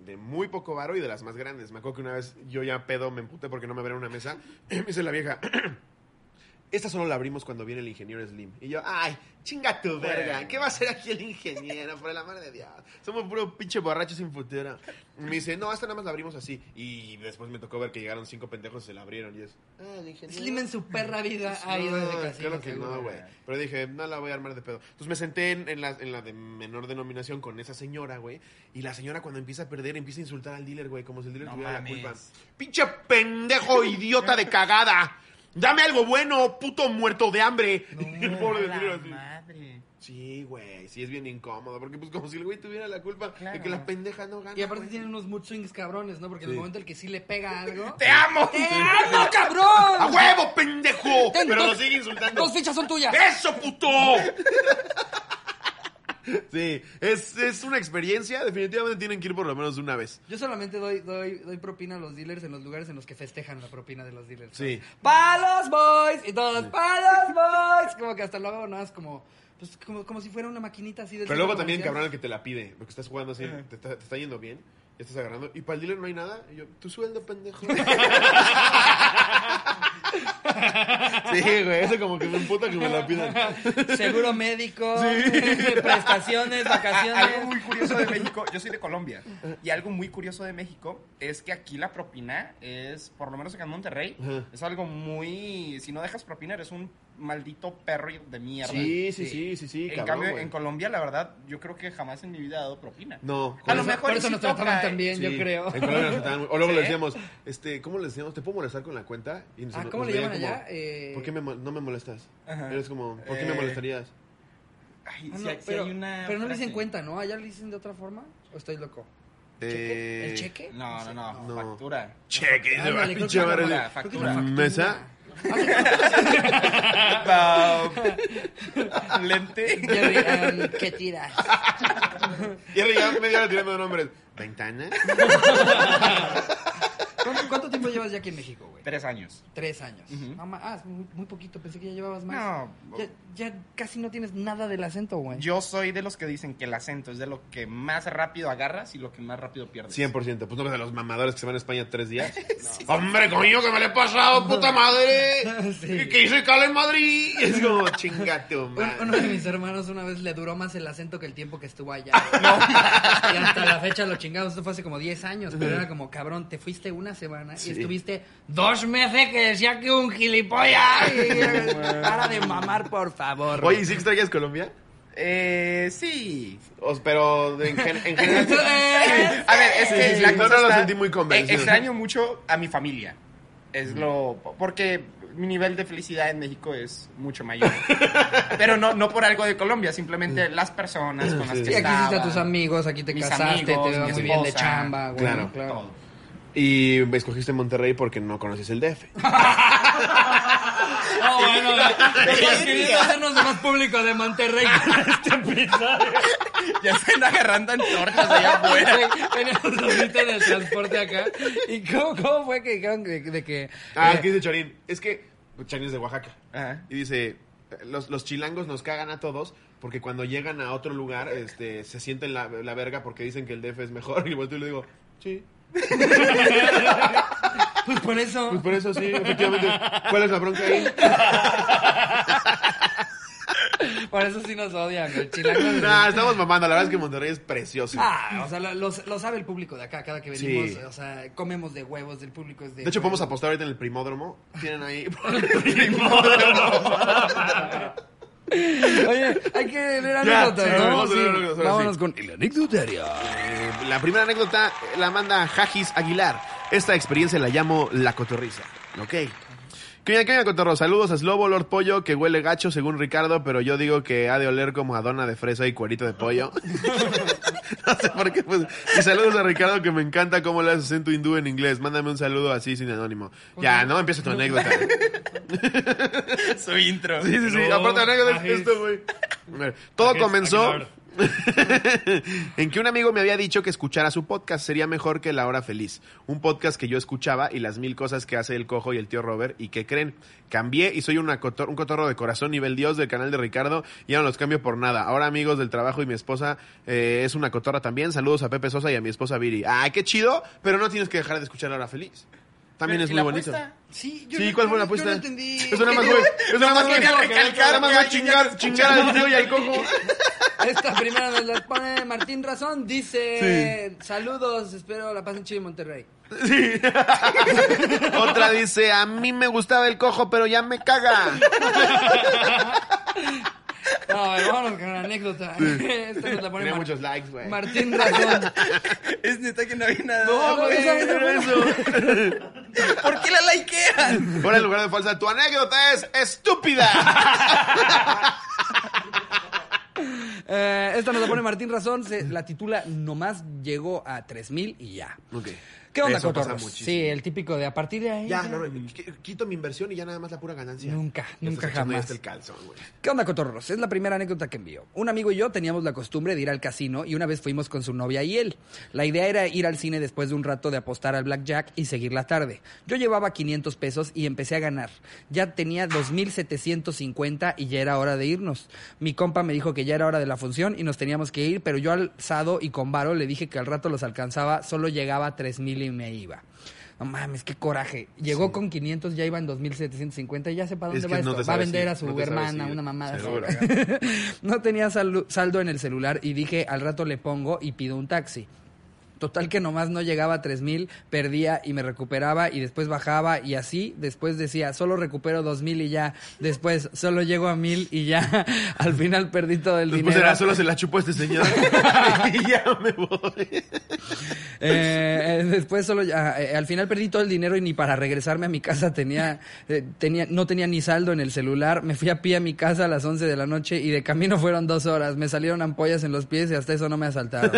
de muy poco varo y de las más grandes. Me acuerdo que una vez yo ya pedo, me emputé porque no me abrieron una mesa. Me dice la vieja, esta solo la abrimos cuando viene el ingeniero Slim. Y yo, ay, chinga tu verga, ¿qué va a hacer aquí el ingeniero? Por el amor de Dios. Somos puro pinche borracho sin futuro. Y me dice, no, esta nada más la abrimos así. Y después me tocó ver que llegaron cinco pendejos y se la abrieron. Y es, ah, el ingeniero.
Slim en su perra vida ha ido
No,
desde casino.
Claro que
seguro.
no, güey. Pero dije, no la voy a armar de pedo. Entonces me senté en, en la, en la de menor denominación con esa señora, güey. Y la señora cuando empieza a perder, empieza a insultar al dealer, güey, como si el dealer
No
tuviera
mames.
la culpa. ¡Pinche pendejo idiota de cagada! ¡Dame algo bueno, puto muerto de hambre! Y el pobre dealer
La
así.
madre.
Sí, güey, sí es bien incómodo. Porque pues como si el güey tuviera la culpa de
Claro.
que la pendeja no gana.
Y aparte
güey.
tienen unos mood swings cabrones, ¿no? Porque en el
Sí.
momento en que sí le pega algo...
¡Te amo!
¡Te amo,
¡A
cabrón!
huevo, pendejo!
Ten
Pero lo
dos-
sigue insultando.
Dos fichas son tuyas.
¡Eso, puto! Sí, es, es una experiencia. Definitivamente tienen que ir por lo menos una vez.
Yo solamente doy, doy, doy propina a los dealers en los lugares en los que festejan la propina de los dealers.
Sí.
¡Palos, boys! Y todos, ¡Palos, boys! Como que hasta luego nada más como, pues, como, como si fuera una maquinita así de.
Pero luego también, cabrón, el que te la pide. Porque estás jugando así, te está, te está yendo bien, ya estás agarrando. Y para el dealer no hay nada. Y yo, tu sueldo, pendejo. Sí, güey, eso como que me emputa que me la pidan.
Seguro médico, prestaciones,
A- algo muy
vacaciones.
curioso de México, yo soy de Colombia, y algo muy curioso de México es que aquí la propina es, por lo menos acá en Monterrey,
Ajá.
es algo muy... Si no dejas propina eres un maldito perro de mierda.
Sí, sí, sí, sí, sí,
en
cabrón,
cambio,
güey.
en Colombia, la verdad, yo creo que jamás en mi vida he dado propina.
No,
A lo
con-
mejor
Por
y
eso
sí
nos
toca,
trataban
eh.
tan Ah, bien, yo
Sí,
creo.
en Colombia nos trataban muy- O luego
¿Sí?
le decíamos, este, ¿cómo le decíamos? ¿Te puedo molestar con la cuenta? Y nos-
Ah,
nos
¿cómo le
pues, veían
llaman
como,
allá? Eh,
¿Por qué me mo- no me molestas?
Ajá.
Eres como, ¿por qué me
Eh,
molestarías?
Ay,
Ah,
si
no,
hay- si
pero,
hay una
pero no le dicen
frase-
cuenta, ¿no? ¿Allá le dicen de otra forma? ¿O estoy loco?
Eh,
¿El cheque?
No, no,
sé.
no,
No.
factura.
Cheque, ah,
Ándale, creo que
pinche
es la
madre.
la
Creo que es la factura.
factura.
Ah,
¿Mesa?
Pam. Lente.
Jerry, em, ¿Qué tiras?
Y ahora ya media hora tirando nombres. ¿Ventana?
¿Cuánto, cuánto tiempo llevas ya aquí en México, güey?
Tres años.
Tres años.
Ujú.
No ma- ah, es muy, muy poquito, pensé que ya llevabas más.
No.
Ya, ya casi no tienes nada del acento, güey.
Yo soy de los que dicen que el acento es de lo que más rápido agarras y lo que más rápido pierdes.
100%. Pues no ves a los mamadores que se van a España tres días. ¡Hombre, coño, que me le he pasado, puta madre!
Sí.
¿Y que hice cala en Madrid? Y es como, chinga tu
Un-
madre.
Uno de mis hermanos una vez le duró más el acento que el tiempo que estuvo allá. Y hasta la fecha lo chingamos. Esto fue hace como 10 años. Pero era como, cabrón, te fuiste una semana
Sí.
y estuviste dos meses que decía que un gilipollas. Y, para de mamar, por favor.
Oye, ¿y si extrañas Colombia?
Eh, sí.
Os- pero en, gen- en general...
Eso es-
A ver, es
Sí,
que
sí,
la
sí.
cosa
No, no lo
está-
sentí muy convencido. Mm.
eh, Extraño mucho a mi familia. Es lo. Porque mi nivel de felicidad en México es mucho mayor. Pero no, no por algo de Colombia, simplemente las personas con las
Mm. Sí,
que
Sí, aquí
estaba,
hiciste a tus amigos, aquí te
mis
casaste,
amigos,
te va
mi
muy bien de
esposa,
chamba, güey.
Claro.
todo.
Y escogiste Monterrey porque no conoces el DF.
No, bueno, que hacernos de más público de Monterrey con este episodio.
Ya están agarrando antorchas allá afuera.
Güey, Veníamos ahorita en el transporte acá. ¿Y cómo, cómo fue que dijeron de, de que.
Ah,
eh,
¿qué dice Chorín? Es que Chinese de Oaxaca.
Ajá.
Y dice, los, los chilangos nos cagan a todos porque cuando llegan a otro lugar este, se sienten la, la verga porque dicen que el DF es mejor. Y vuelto y le digo, sí.
Pues por eso.
Pues por eso sí, efectivamente. ¿Cuál es la bronca ahí?
Por eso sí nos odian, güey. Chilangos.
Nah, estamos mamando. La verdad es que Monterrey es precioso.
Ah, o sea, lo, lo- lo sabe el público de acá, cada que
Sí.
venimos, o sea, comemos de huevos, el público es de...
De hecho,
huevos.
podemos apostar ahorita en el primódromo. Tienen ahí.
Oye, hay que leer
Ya,
anécdotas,
sí,
¿no?
vamos a leer
Sí.
anécdotas, ahora
Vámonos
sí.
con el anecdotario.
Eh, la primera anécdota la manda Jajis Aguilar. Esta experiencia la llamo la cotorriza. Ok. ¿Qué onda, qué onda, cotorro? Saludos a Slobo, Lord Pollo, que huele gacho según Ricardo, pero yo digo que ha de oler como a dona de fresa y cuerito de pollo. no sé por qué. pues. Y saludos a Ricardo, que me encanta cómo le haces acento hindú en inglés. Mándame un saludo así sin anónimo. Ya, no, empieza tu anécdota.
Su intro.
Sí, sí, sí.
No,
Aparte, anécdota
ajá, es-
esto, güey. A ver, Todo
Ajá, es
comenzó
Aguilar.
en que un amigo me había dicho que escuchara su podcast sería mejor que La Hora Feliz. Un podcast que yo escuchaba y las mil cosas que hace el cojo y el tío Robert. ¿Y que creen? Cambié y soy una cotor- un cotorro de corazón nivel Dios del canal de Ricardo. Y ya no los cambio por nada. Ahora amigos del trabajo y mi esposa eh, es una cotorra también. Saludos a Pepe Sosa y a mi esposa Viri. ¡Ah, qué chido! Pero no tienes que dejar de escuchar La Hora Feliz. También
Pero,
es
¿y
muy
la
bonito.
apuesta?
Sí, yo
Sí,
no-
¿cuál
yo
fue la
no- yo
apuesta?
no entendí.
Eso nada más, güey. Eso nada más, güey.
quería recalcar
Nada más,
que
güey,
alguien
chingar,
ya
chingar al tío y al cojo.
Esta primera nos la pone Martín Razón, dice, saludos, espero la pasen chido en Monterrey.
Sí. Otra dice, a mí me gustaba el cojo, pero ya me caga.
No, a ver, vámonos con la anécdota. Esta nos la pone
Tenía
Mar-
muchos likes, güey.
Martín Razón.
Es neta que no había nada.
No, güey,
esa es la
pero eso.
¿Por qué la likean?
Ahora en lugar de falsa, tu anécdota es estúpida.
Eh, esta nos la pone Martín Razón, se la titula Nomás llegó a 3000 y ya.
Ok.
¿Qué onda,
Eso pasa
cotorros?
muchísimo.
Sí, el típico de a partir de ahí.
Ya,
ya.
no, no, qu- quito mi inversión y ya nada más la pura ganancia.
Nunca,
Ya
nunca
estás echando
jamás.
hasta el calzón, güey.
¿Qué onda, cotorros? Es la primera anécdota que envío. Un amigo y yo teníamos la costumbre de ir al casino y una vez fuimos con su novia y él. La idea era ir al cine después de un rato de apostar al blackjack y seguir la tarde. Yo llevaba 500 pesos y empecé a ganar. Ya tenía 2.750 y ya era hora de irnos. Mi compa me dijo que ya era hora de la función y nos teníamos que ir, pero yo alzado y con varo le dije que al rato los alcanzaba, solo llegaba a 3.000 y me iba. No mames, qué coraje. Llegó con 500, ya iba en 2.750 y ya sé para dónde
Es que
va
no
esto.
te
Va a
sabe
vender
decir,
a su
no te sabe
hermana,
decir.
una mamada. así.
Seguro.
no tenía salu- saldo en el celular y dije, al rato le pongo y pido un taxi. Total que nomás no llegaba a 3000, perdía y me recuperaba y después bajaba y así, después decía, solo recupero 2000 y ya, después solo llego a 1000 y ya, al final perdí todo el
Después
dinero.
era solo se la chupó este señor. y ya me voy.
Eh, eh, después solo ya, eh, al final perdí todo el dinero y ni para regresarme a mi casa tenía, eh, tenía, no tenía ni saldo en el celular. Me fui a pie a mi casa a las 11 de la noche y de camino fueron dos horas. Me salieron ampollas en los pies y hasta eso no me asaltaron.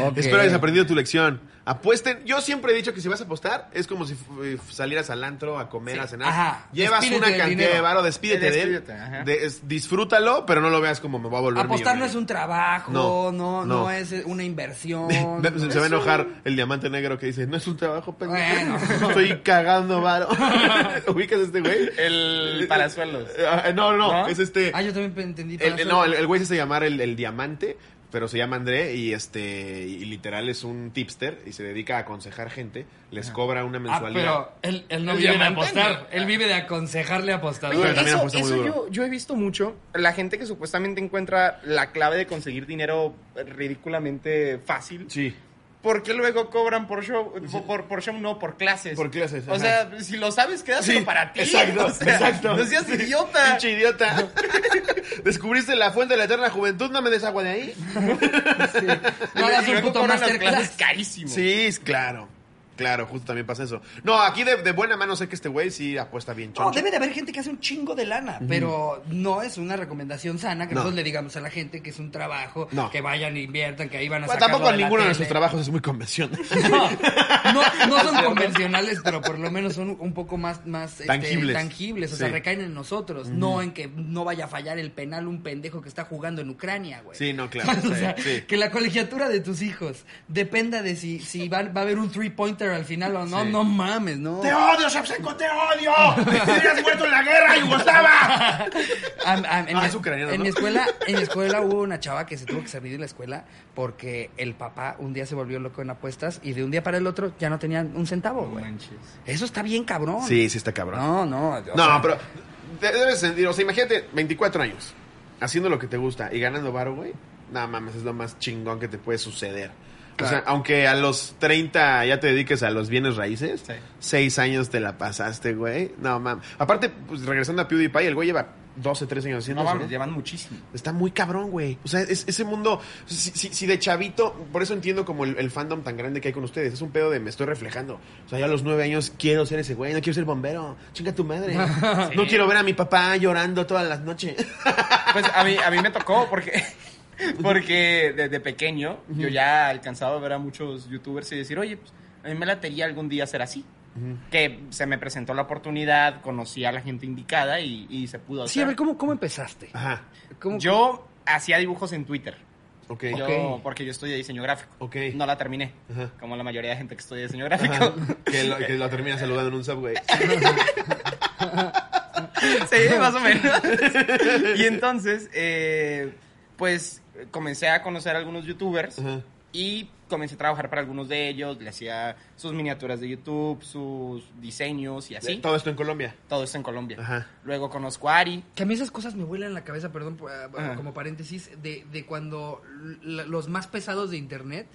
Ok.
Espero hayas aprendido tu lección. Apuesten. Yo siempre he dicho que si vas a apostar, es como si eh, salieras al antro a comer,
Sí,
a cenar.
ajá.
Llevas
Despídete
una
del
cantidad
dinero.
de varo, despídete de él.
Despídete, ajá.
De- es- disfrútalo, pero no lo veas como me va a volver
Apostar no es
millonario.
un trabajo, no,
No,
no,
no.
es una inversión.
Ve- se, se va a enojar el diamante negro que dice, no es un trabajo, pendejo.
Bueno.
Estoy cagando varo. ¿Ubicas a este güey?
El palazuelos.
Ah, no, no,
¿No?
es este...
Ah, yo también entendí.
El- el-
para eso.
no, el, el güey se hace llamar el, el diamante, pero se llama André y este y literal es un tipster y se dedica a aconsejar gente, les cobra una
Ah,
mensualidad.
pero él, él no
Él
vive de
diamante,
apostar,
¿no?
él vive de aconsejarle a apostadores.
Pero
Oye,
también
eso,
apuesta muy
eso
duro.
yo, yo he visto mucho. La gente que supuestamente encuentra la clave de conseguir dinero ridículamente fácil.
Sí.
¿Por qué luego cobran por show? Por, por show no, por clases.
Por clases,
O
ajá.
sea, si lo sabes, quédaselo
Sí,
para ti.
exacto,
O sea,
exacto.
No seas
Ah.
idiota.
Pinche idiota. Descubriste la fuente de la eterna juventud, no me des agua de ahí.
No hagas un puto masterclass.
carísimo.
Sí, es claro. Claro, justo también pasa eso. No, aquí de, de buena mano sé que este güey sí apuesta bien
No,
choncho.
debe de haber gente que hace un chingo de lana, pero no es una recomendación sana que
No.
nosotros le digamos a la gente que es un trabajo,
No.
que vayan e inviertan, que ahí van a
Bueno,
sacar
tampoco
lo de la
ninguno de
tele.
nuestros trabajos es muy convencional.
No, no, no son convencionales, pero por lo menos son un poco más, más este,
Tangibles.
tangibles, O sea,
Sí.
recaen en nosotros, no en que no vaya a fallar el penal un pendejo que está jugando en Ucrania, güey.
Sí, no, claro,
o
sí,
sea,
sí.
que la colegiatura de tus hijos dependa de si, si va, va a haber un three-pointer Chester al final, o no, no mames, no.
¡Te odio, Shevchenko, te odio! ¡Te hubieras muerto en la guerra, Yugoslava!
Am- am- en,
Ah,
mi,
es ucraniano,
en
¿no?
mi escuela, en mi escuela hubo una chava que se tuvo que salir de la escuela porque el papá un día se volvió loco en apuestas y de un día para el otro ya no tenían un centavo, güey. Eso está bien cabrón.
Sí, sí está cabrón.
No, no. o
No,
sea,
pero te debes sentir, o sea, imagínate, 24 años, haciendo lo que te gusta y ganando varo, güey. No mames, es lo más chingón que te puede suceder. O
Claro.
sea, aunque a los 30 ya te dediques a los bienes raíces,
Sí.
6 años te la pasaste, güey. No mames. Aparte, pues regresando a PewDiePie, el güey lleva 12, 13 años haciendo
No
eso,
mames,
¿no?
llevan muchísimo.
Está muy cabrón, güey. O sea, es- ese mundo, si, si- si de chavito, por eso entiendo como el, el fandom tan grande que hay con ustedes. Es un pedo de me estoy reflejando. O sea, yo a los nueve años quiero ser ese güey, no quiero ser bombero. Chinga tu madre. No quiero ver a mi papá llorando todas las noches.
Pues a mí, a mí me tocó porque, porque desde pequeño yo ya alcanzaba a ver a muchos youtubers y decir, oye, pues a mí me latería algún día ser así. Que se me presentó la oportunidad, conocí a la gente indicada y, y se pudo hacer.
Sí, a ver, ¿cómo, cómo empezaste?
Ajá.
¿Cómo-
Yo hacía dibujos en Twitter.
Ok.
Yo, porque yo estudié diseño gráfico.
Ok.
No la terminé.
Ajá.
Como la mayoría de gente que estudia diseño gráfico.
Que lo, que lo termina saludando en un subway.
Sí, más o menos. Y entonces, eh, pues comencé a conocer a algunos youtubers
Ajá.
y comencé a trabajar para algunos de ellos. Le hacía sus miniaturas de YouTube, sus diseños y así.
Todo esto en Colombia.
Todo esto en Colombia.
Ajá.
Luego conozco a Ari.
Que a mí esas cosas me vuelan la cabeza, perdón, por- ah,
Ajá.
como paréntesis, de, de cuando l- los más pesados de internet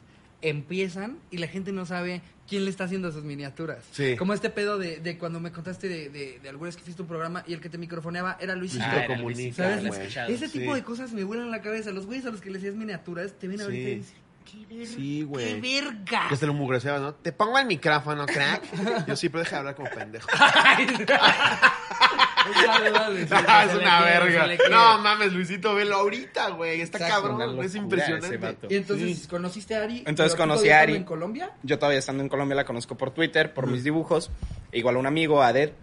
empiezan y la gente no sabe quién le está haciendo sus miniaturas.
Sí.
Como este pedo de, de cuando me contaste de, de, de alguna vez que hiciste un programa y el que te microfoneaba era Luisito.
Luisito
Ah, era
comunica,
Luisito,
¿Sabes?
lo he
güey.
escuchado.
Ese tipo
sí.
de cosas me vuelan la cabeza. Los güeyes a los que les hacías miniaturas te ven
Sí.
ahorita y dicen, ¡qué verga!
Sí, güey.
¡Qué verga!
Ya se lo mugreseaba, ¿no? Te pongo el micrófono, crack. Yo sí, pero deja de hablar como pendejo.
Dale, dale, sí,
Ah, es
se le
una
quiere,
verga.
se le quiere.
No mames, Luisito, velo ahorita, güey. Está
Exacto,
una
cabrón,
locura
es
ese
impresionante.
vato.
Y entonces, ¿conociste a Ari?
Entonces
¿Pero tú
conocí
todavía
a
estando
Ari.
en Colombia?
Yo todavía estando en Colombia la conozco por Twitter, por mis dibujos, E igual a un amigo, Ader.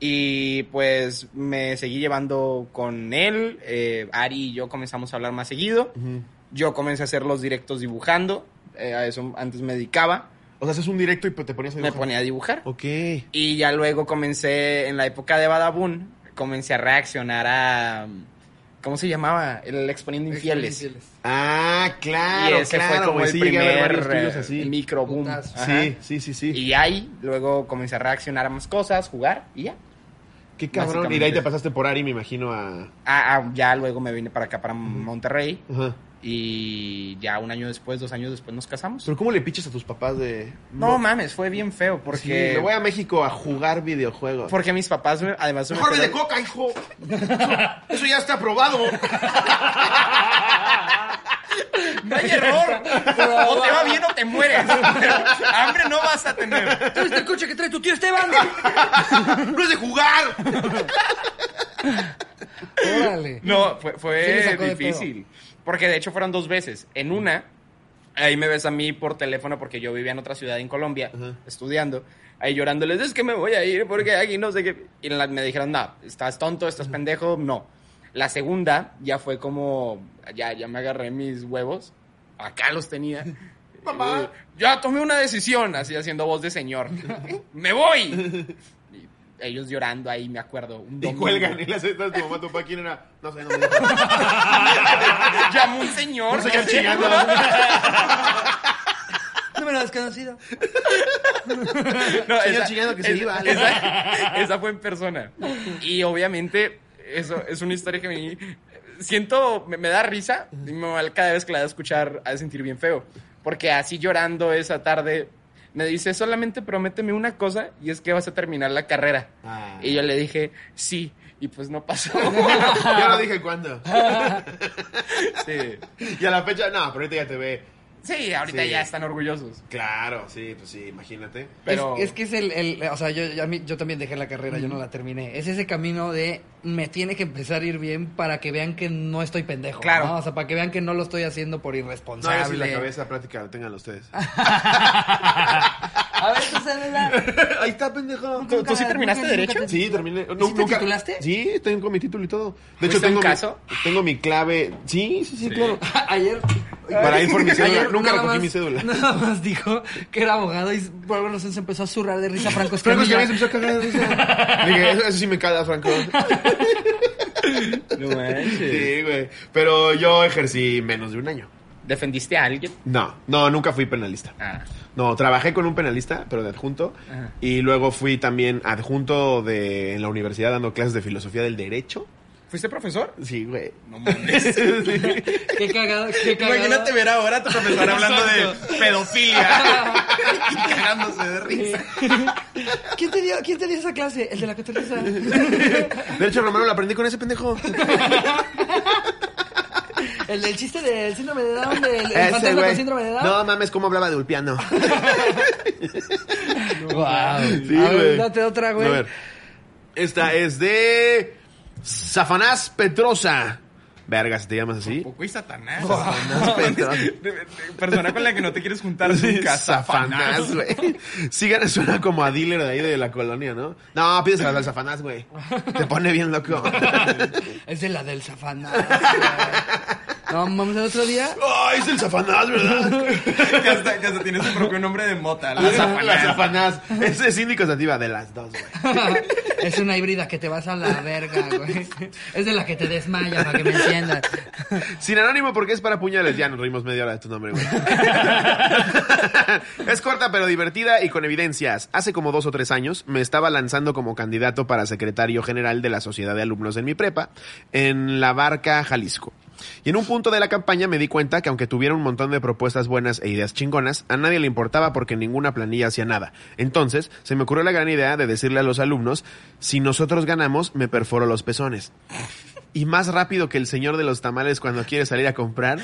Y pues me seguí llevando con él. eh, Ari y yo comenzamos a hablar más seguido.
Ujú.
Yo comencé a hacer los directos dibujando. eh, a eso antes me dedicaba.
O sea, haces un directo y te ponías a
Me
dibujar.
ponía a dibujar.
Ok.
Y ya luego comencé, en la época de Badabun, comencé a reaccionar a. ¿Cómo se llamaba? El exponiendo infieles.
Ah,
Y
claro,
ese
claro,
fue como
güey.
el
Sí, llegué a ver
primer
varios tuyos
eh,
así.
micro boom.
Putazo.
Ajá.
Sí, sí, sí, sí.
Y ahí luego comencé a reaccionar a más cosas, jugar y ya.
Qué cabrón. Y de ahí
básicamente.
te pasaste por Ari, me imagino, a...
Ah, ah, ya luego me vine para acá, para Monterrey.
Ajá.
Y ya un año después, dos años después nos casamos.
Pero ¿cómo le pichas a tus papás de...
No mames, fue bien feo porque,
Sí, me voy a México a jugar videojuegos.
porque mis papás, me- además, de
Mejor ve
meter-
de coca, hijo. Eso ya está aprobado.
No hay error. o te va bien o te mueres. Hambre no vas a tener.
¿Tú viste el coche que trae tu tío Esteban?
¡No es de jugar!
Órale.
No, fue, fue
Sí le sacó de
difícil. Porque de hecho fueron dos veces. En una, ahí me ves a mí por teléfono porque yo vivía en otra ciudad en Colombia,
Ajá.
estudiando. Ahí llorándoles, es que me voy a ir porque aquí no sé qué. Y la- me dijeron, no, estás tonto, estás pendejo, no. La segunda ya fue como, ya, ya me agarré mis huevos. Acá los tenía. Eh,
Mamá.
Ya tomé una decisión, así haciendo voz de señor. ¡Me voy! Y ellos llorando ahí, me acuerdo. Un
Y
domingo.
cuelgan. Y le haces a tu mamá, tu papá, ¿quién era? No sé, no me
Llamó un señor.
Un señor chillando.
Número desconocido.
No,
Señor chillando que se iba, Ale.
Esa, esa fue en persona. Y obviamente, eso es una historia que me. Siento, me, me da risa. y me va- cada vez que la de escuchar, a sentir bien feo. Porque así llorando esa tarde, me dice: solamente prométeme una cosa y es que vas a terminar la carrera.
Ah.
Y yo le dije: sí. Y pues no pasó.
Yo no dije cuándo.
sí.
Y a la fecha, no, pero ahorita ya te ve.
Sí, ahorita
Sí.
ya están orgullosos.
Claro, sí, pues sí, imagínate.
Pero.
Es, es que es el, el- o sea, yo, yo a mí- yo también dejé la carrera, yo no la terminé. Es ese camino de me tiene que empezar a ir bien para que vean que no estoy pendejo.
Claro.
¿no? O sea, para que vean que no lo estoy haciendo por
No,
irresponsable.
es la cabeza práctica, tengan ustedes.
A ver tu celular.
Ahí está, pendejo.
¿Tú, tú sí
Nunca-
terminaste
nunca-
derecho?
nunca
Sí, terminé. No,
te titulaste?
Sí, tengo mi título y todo. De
¿Fuiste
hecho,
a un
tengo,
caso?
Mi, tengo mi clave. Sí, sí, sí, claro.
Ayer.
Para ir por mi cédula.
Ayer
Nunca
nada
recogí
más-
mi cédula.
Nada más dijo que era abogado y por alguna razón se empezó a zurrar de risa Franco
Franco Escamilla se
Escamilla.
empezó a cagar de risa. Dije, eso, eso sí me caga, Franco.
No manches.
Sí, güey. Pero yo ejercí menos de un año.
¿Defendiste a alguien?
No, no, nunca fui penalista.
Ah.
No, trabajé con un penalista, pero de adjunto.
Ajá.
Y luego fui también adjunto de, en la universidad dando clases de filosofía del derecho.
¿Fuiste profesor?
Sí, güey.
No mames.
Qué cagado, qué cagado.
Imagínate ver ahora a tu profesor hablando de pedofilia y cagándose de risa.
¿Quién te dio, quién te dio esa clase? El de la católica.
Derecho romano lo aprendí con ese pendejo.
El del chiste del síndrome de Down, del el
Ese,
fantasma
güey.
con síndrome de Down.
No mames, cómo hablaba de Ulpiano.
Wow.
Sí,
a ver,
güey.
date otra, güey.
A ver. Esta es de Safanás Petrosa. Verga, si te llamas así.
Poco y Satanás.
Satanás, perdón.
De- de- Persona con la que no te quieres juntar nunca.
Safanás, güey. Sigan, suena como a dealer de ahí de la colonia, ¿no? No, pídesela al Safanás, güey. Te pone bien loco.
Es de la del zafana. güey. No, vamos al otro día.
¡Ay, es el Safanás, ¿verdad?
Que hasta, que hasta tiene su propio nombre de mota. La Safanás.
La Safanás. Esa es indicativa de las dos, güey.
Es una híbrida que te vas a la verga, güey. Es de la que te desmaya, para que me entiendas.
Sin anónimo porque es para puñales. Ya nos reímos media hora de tu nombre, güey. es corta pero divertida y con evidencias. Hace como dos o tres años me estaba lanzando como candidato para secretario general de la Sociedad de Alumnos en mi prepa en La Barca, Jalisco. Y en un punto de la campaña me di cuenta que aunque tuviera un montón de propuestas buenas e ideas chingonas, a nadie le importaba porque ninguna planilla hacía nada. Entonces, se me ocurrió la gran idea de decirle a los alumnos, si nosotros ganamos, me perforo los pezones y más rápido que el señor de los tamales cuando quiere salir a comprar,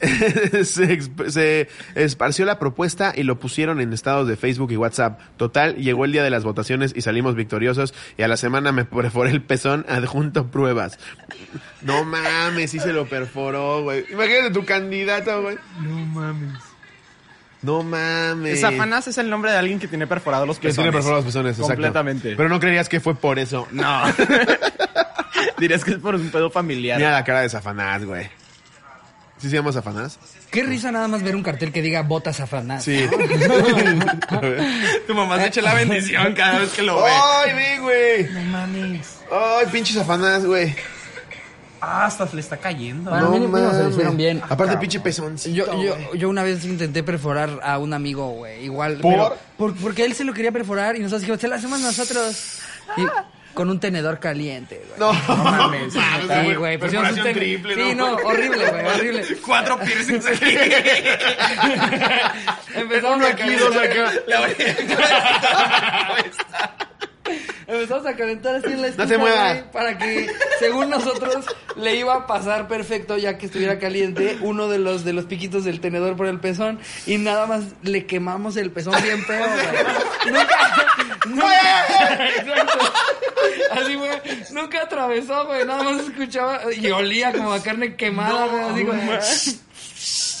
se, exp- se esparció la propuesta y lo pusieron en estados de Facebook y WhatsApp. Total, llegó el día de las votaciones y salimos victoriosos y a la semana me perforé el pezón adjunto pruebas. No mames, sí se lo perforó, güey. Imagínate tu candidato, güey. No mames. No mames.
Safanás es el nombre de alguien que tiene perforado los
Que
pezones.
tiene perforados los pezones, exacto.
Completamente.
Pero no creías que fue por eso.
No. Dirías que es por un pedo familiar.
Mira la cara de Safanás, güey. ¿Sí se llama Safanás?
Qué risa nada más ver un cartel que diga bota zafanás.
Sí.
Tu mamá se echa la bendición cada vez que lo ve.
¡Ay, vi, güey!
No mames.
¡Ay, pinches afanas, güey!
Ah, hasta se le está cayendo.
Bueno, mínimo se lo hicieron bien.
Aparte, pinche pezoncito.
Yo, yo, yo una vez intenté perforar a un amigo, güey. Igual.
¿Por?
pero- por- porque él se lo quería perforar y nosotros dijimos, se lo hacemos nosotros. Y con un tenedor caliente, güey.
No,
mames.
Sí, güey. pusimos un
Perforación
ten-
triple,
Sí,
¿no?
no, horrible, güey, horrible.
Cuatro piercings aquí.
Empezamos
Uno
a
aquí, dos
calentar-
acá.
La oreja.
Empezamos a calentar así en la estufa,
No te muevas.
güey, para que, según nosotros, le iba a pasar perfecto ya que estuviera caliente uno de los de los piquitos del tenedor por el pezón y nada más le quemamos el pezón bien feo, güey. Nunca, nunca, exacto. Así, güey, nunca atravesó, güey, nada más escuchaba y olía como a carne quemada, güey, así como...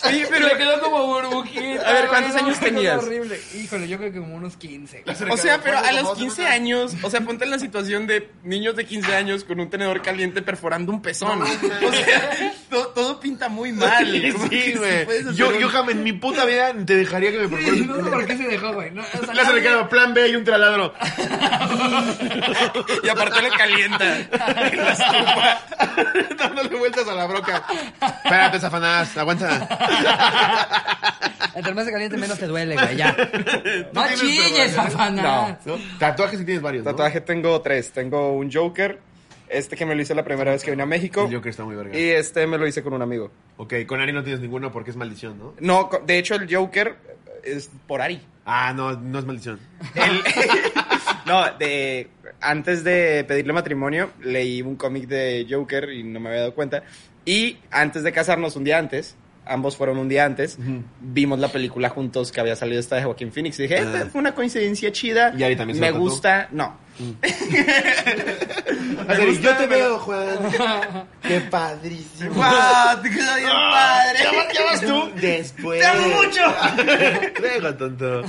Oye, pero-
le quedó como burbujita.
A ver,
güey,
¿cuántos
no,
años
fue
tenías?
Horrible. Híjole, yo creo que como unos 15. güey.
O sea, pero a los 15 años, o sea, ponte en la situación de niños de 15 años con un tenedor caliente perforando un pezón. O sea, to- todo pinta muy mal. Como que
Sí,
sí puedes
güey.
hacer
Yo,
un-
yo jamás en mi puta vida te dejaría que me
Sí,
perforen.
no sé por qué se dejó, güey. No, o sea,
Le hace el
nadie-
cara, plan B y un traladro.
Y aparte le calienta. En la estufa.
Dándole vueltas a la broca. Espérate, Safanás, aguanta.
Entre más se caliente, menos te duele, güey. Ya. No
tienes
chilles,
tatuajes?
afana.
¿No? Tatuajes sí tienes varios, ¿no?
Tatuaje tengo tres. Tengo un Joker, este que me lo hice la primera vez que vine a México.
El Joker está muy verga.
Y este me lo hice con un amigo.
Ok, con Ari no tienes ninguno porque es maldición, ¿no?
No, co- de hecho el Joker es por Ari.
Ah, no, no es maldición.
El- no, de, antes de pedirle matrimonio, leí un cómic de Joker y no me había dado cuenta. Y antes de casarnos, un día antes, ambos fueron un día antes, vimos la película juntos que había salido esta de Joaquín Phoenix. Dije, "Esta fue una coincidencia chida.
Ah. Y Ari también se
Me
lo tatuó.
gusta, no.
A ver,
gusta,
yo te
me-
veo, Juan. Qué padrísimo.
¡Wow! ¡Te quedó bien padre!
¿Ya, vas- ya vas tú? Después.
¡Te amo mucho!
Luego, tonto.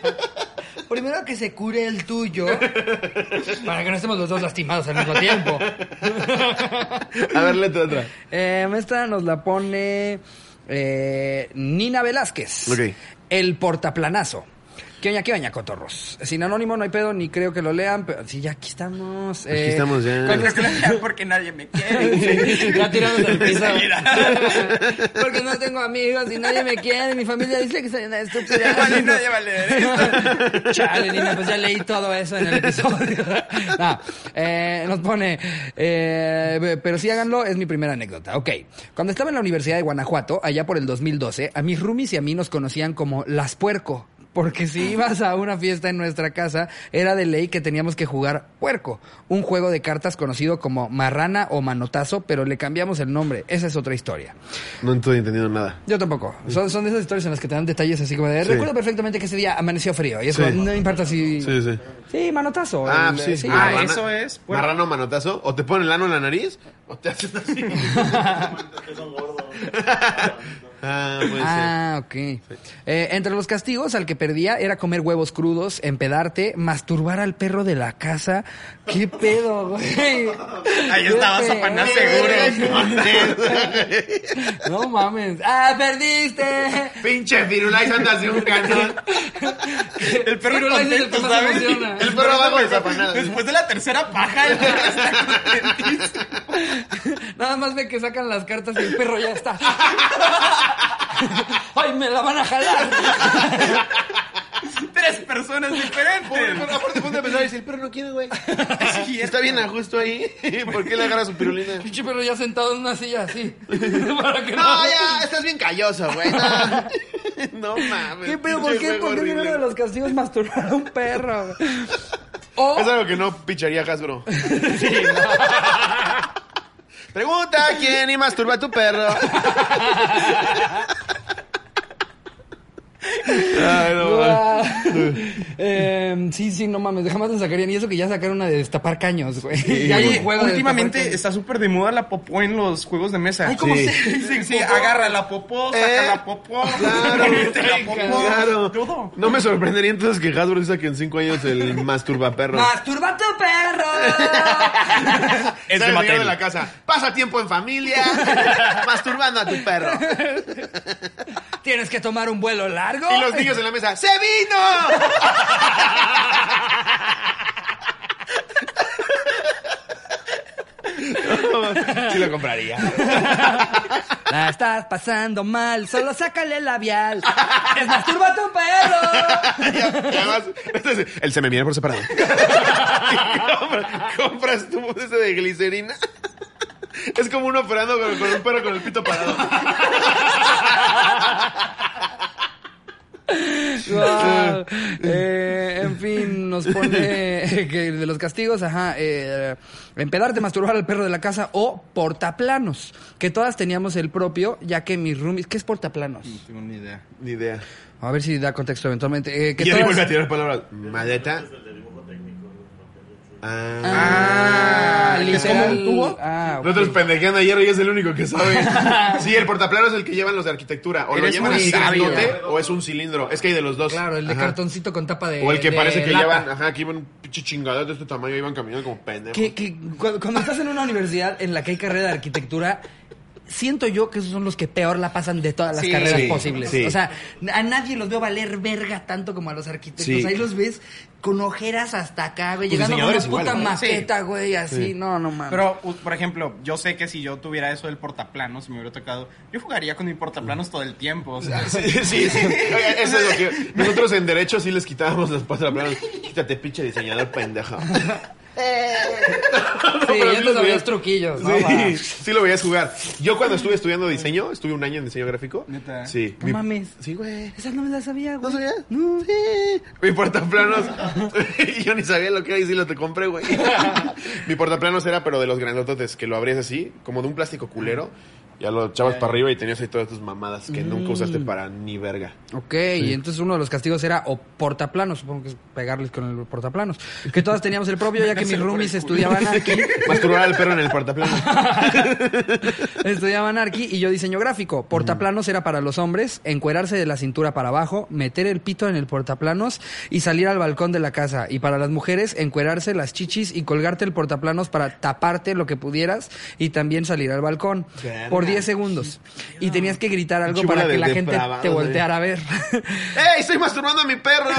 Primero que se cure el tuyo. para que no estemos los dos lastimados al mismo tiempo.
A ver, lete otra.
Eh, esta nos la pone eh, Nina Velázquez.
Ok.
El portaplanazo. ¿Qué oña, qué oña, cotorros? Sin anónimo no hay pedo, ni creo que lo lean, pero sí, ya aquí estamos. eh.
Aquí estamos ya.
con este-
Porque nadie me quiere.
ya tiramos al piso.
Mira.
Porque no tengo amigos y nadie me quiere. Mi familia dice que soy una estúpida.
Vale, nadie va a leer esto.
Chale, Nina, pues ya leí todo eso en el episodio. No, eh, nos pone, eh, pero sí háganlo, es mi primera anécdota. Ok, cuando estaba en la Universidad de Guanajuato, allá por el 2012, a mis roomies y a mí nos conocían como las puerco. Porque si ibas a una fiesta en nuestra casa, era de ley que teníamos que jugar puerco, un juego de cartas conocido como marrana o manotazo, pero le cambiamos el nombre. Esa es otra historia.
No estoy entendiendo nada.
Yo tampoco. Son, son de esas historias en las que te dan detalles así como de...
Sí.
Recuerdo perfectamente que ese día amaneció frío. Y eso
Sí.
no importa si...
Sí, sí.
Sí, manotazo.
Ah,
El-
sí.
Ah,
marrana-
eso es, pues.
Marrano manotazo. O te ponen el ano en la nariz, o te haces así. ah, puede
Ah, ok. Eh, entre los castigos al que perdía era comer huevos crudos, empedarte, masturbar al perro de la casa. ¿Qué pedo, güey?
Ahí
Qué
estaba
pedo.
Satanás seguro.
No mames. ¡Ah, perdiste!
ser. Pinche Firulais anda así un cañón.
El perro
Pero es el que
contento,
más
¿sabes?
emociona.
El perro abajo de zapanada.
Después de la tercera paja, el perro está contentísimo.
Nada más ve que sacan las cartas y el perro ya está. ¡Ay, me la van a jalar!
Tres personas diferentes.
Aparte, ponte a pensar, dice, el perro no quiere, güey.
Sí,
Está bien a justo ahí. ¿Por qué le agarra su pirulina?
Pinche perro ya sentado en una silla así. Para que
No, ya, estás bien calloso, güey. No, no mames.
¿Qué pedo? ¿Por
Pinche
qué?
juego
¿Por qué
horrible.
primero de los castigos masturbar a un perro? O,
Es algo que no picharía Hasbro. Pregunta, ¿quién y masturba a tu perro? Ay, no, mames.
Ah, eh, sí, sí, no mames, jamás te sacarían. Y eso que ya sacaron una de destapar caños, güey. ya hay
Oye,
un juego de
últimamente
destapar
está súper de moda la popó en los juegos de mesa.
Ay, ¿cómo
Sí.
se
Sí, sí, agarra la popó, saca
¿Eh?
la popó.
Claro,
mete la popó.
Claro.
Todo.
No me sorprendería entonces que Hasbro saque en 5 años el masturba perro.
¡Masturba a tu perro!
Es de
Sale el señor
Mattel.
de la casa. Pasa tiempo en familia, masturbando a tu perro.
¿Tienes que tomar un vuelo largo?
Y los niños en la mesa, ¡se vino! Sí lo compraría.
La estás pasando mal, solo sácale el labial. ¡Es masturba a tu perro!
Y además, entonces, él se me viene por separado. Y compra- compras tu ese de glicerina. Es como uno operando con, con un perro con el pito parado.
Guau. Eh, en fin, nos pone eh, que de los castigos, ajá, eh, empedarte, masturbar al perro de la casa o portaplanos, que todas teníamos el propio, ya que mis roomies, ¿qué es portaplanos?
No tengo ni idea.
Ni idea.
A ver si da contexto eventualmente. Eh, que
Y ahí
todas-
vuelve a tirar palabras. Maleta. Ah.
Ah,
¿Es como un
literal.
tubo?
Ah, ok.
Nosotros pendejeando ayer y es el único que sabe. Sí, el portaplano es el que llevan los de arquitectura. O lo
Eres
llevan
muy
así
sabio.
grandote, o es un cilindro. Es que hay de los dos.
Claro, el de
Ajá.
cartoncito con tapa de.
O el que
de
parece que
lata.
llevan, ajá, que iban un pinche chingadero de este tamaño, iban caminando como pendejos.
Que, que cu- cuando estás en una universidad en la que hay carrera de arquitectura, siento yo que esos son los que peor la pasan de todas las
Sí,
carreras
sí,
posibles.
sí.
O sea, a nadie los veo valer verga tanto como a los arquitectos.
Sí.
Ahí los ves con ojeras hasta acá, güey,
Los
llegando con una
diseñadores
puta
igual,
¿no?
maqueta, güey, así.
Sí.
No, no mames.
Pero, u- por ejemplo, yo sé que si yo tuviera eso del portaplanos, si me hubiera tocado, yo jugaría con mi portaplanos todo el tiempo. o sea,
Sí, sí, sí. Oiga, Eso es lo que. Nosotros en Derecho sí les quitábamos los portaplanos. Quítate, pinche diseñador pendejo.
sí,
pero sí
antes
los
había
veías.
truquillos, ¿no? Para-
Sí, sí lo veías jugar. Yo cuando estuve estudiando diseño, estuve un año en diseño gráfico.
¿Neta?
Sí.
No
Mi-
mames.
Sí, güey.
Esa no me la sabía, güey.
¿No sabías? No. Sí. Mi portaplanos. yo ni sabía lo que era y sí lo te compré, güey. Mi portaplanos era, pero de los grandototes, que lo abrías así, como de un plástico culero. Ya Mm. lo echabas para arriba y tenías ahí todas tus mamadas que nunca usaste para ni verga.
Ok, y entonces uno de los castigos era o portaplanos, supongo que es pegarles con el portaplanos. Que todas teníamos el propio, ya que mis
Dárselo por
roomies
el culo.
estudiaban aquí.
Masturbar al perro en el portaplano.
Estudiaba anarquí y yo diseño gráfico. Portaplanos era para los hombres, encuerarse de la cintura para abajo, meter el pito en el portaplanos y salir al balcón de la casa. Y para las mujeres, encuerarse las chichis y colgarte el portaplanos para taparte lo que pudieras y también salir al balcón
Verga.
por 10 segundos. Y tenías que gritar algo
Pinche
para
bola
que
de
la gente
depravados,
te
eh.
volteara a ver.
¡Ey! ¡Estoy masturbando a mi perro!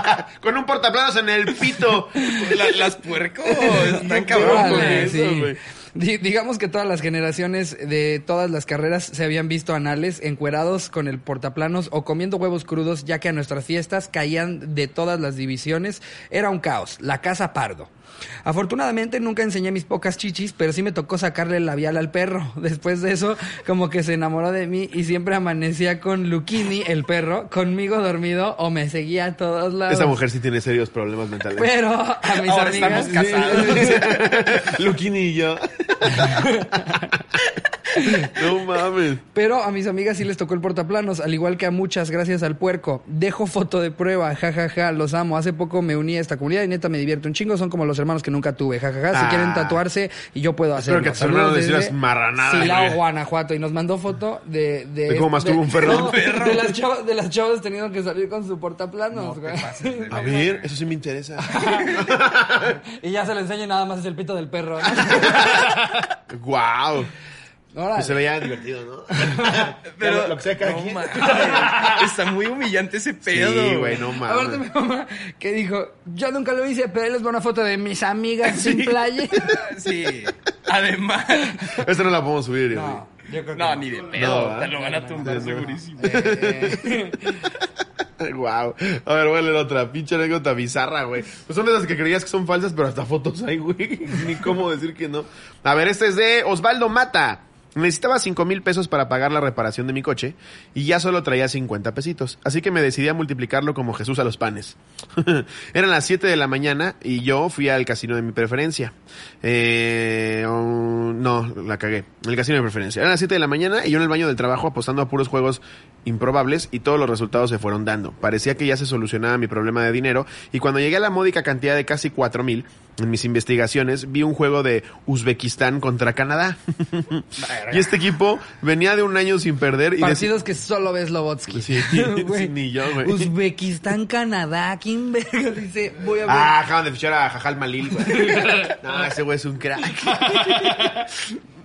Con un portaplanos en el pito.
La- las puercos están cabrón con
Órale,
eso,
sí.
güey.
Di- digamos que todas las generaciones de todas las carreras se habían visto anales, encuerados con el portaplanos o comiendo huevos crudos, ya que a nuestras fiestas caían de todas las divisiones. Era un caos, la casa pardo. Afortunadamente nunca enseñé mis pocas chichis, pero sí me tocó sacarle el labial al perro. Después de eso, como que se enamoró de mí y siempre amanecía con Luquini, el perro, conmigo dormido o me seguía a todos lados.
Esa mujer sí tiene serios problemas mentales.
Pero a mis
Ahora
amigas...
estamos casados.
Luquini y yo. no mames.
Pero a mis amigas sí les tocó el portaplanos, al igual que a muchas, gracias al puerco. Dejo foto de prueba, jajaja, los amo. Hace poco me uní a esta comunidad y neta me divierto un chingo. Son como los hermanos que nunca tuve, jajaja. Si
Ah.
quieren tatuarse y yo puedo hacerlo.
que tus hermanos
Saludos
decían
desde
las marranadas,
Silao,
güey.
Guanajuato. Y nos mandó foto de... De,
De cómo masturba un perro.
no, De las, chavas, de las chavas teniendo que salir con su portaplanos, güey.
A ver, eso sí me interesa.
y ya se lo enseño y nada más es el pito del perro.
¡Guau!
¿no? Órale.
Pues se veía divertido, ¿no?
Pero,
Lo que sea cada
no
quien.
mames, está muy humillante ese pedo.
Sí, güey, no
Aparte mi
mames.
mamá que dijo, yo nunca lo hice, pero él les va una foto de mis amigas sin playa.
Sí. Además.
Esta no la podemos subir, yo
No, yo creo que
No, ni de pedo.
No,
te lo van a
no,
tumbar
no.
segurísimo.
Eh, eh,
Wow. A ver, voy a leer otra pinche anécdota bizarra, güey. Pues son de esas que creías que son falsas, pero hasta fotos hay, güey. Ni cómo decir que no. A ver, este es de Osvaldo Mata. Necesitaba 5 mil pesos para pagar la reparación de mi coche y ya solo traía 50 pesitos. Así que me decidí a multiplicarlo como Jesús a los panes. Eran las 7 de la mañana y yo fui al casino de mi preferencia. Eh, oh, no, la cagué. El casino de preferencia. Eran las 7 de la mañana y yo en el baño del trabajo apostando a puros juegos improbables y todos los resultados se fueron dando. Parecía que ya se solucionaba mi problema de dinero y cuando llegué a la módica cantidad de casi 4 mil, en mis investigaciones vi un juego de Uzbekistán contra Canadá. y este equipo venía de un año sin perder y deci-
partidos que solo ves Lobotsky.
Sí, sí,
Güey.
ni yo, güey.
Uzbekistán, Canadá, ¿quién verga dice? Voy a ver.
Ah, acaban de fichar a Jajal Malil, güey. No, ese güey es un crack.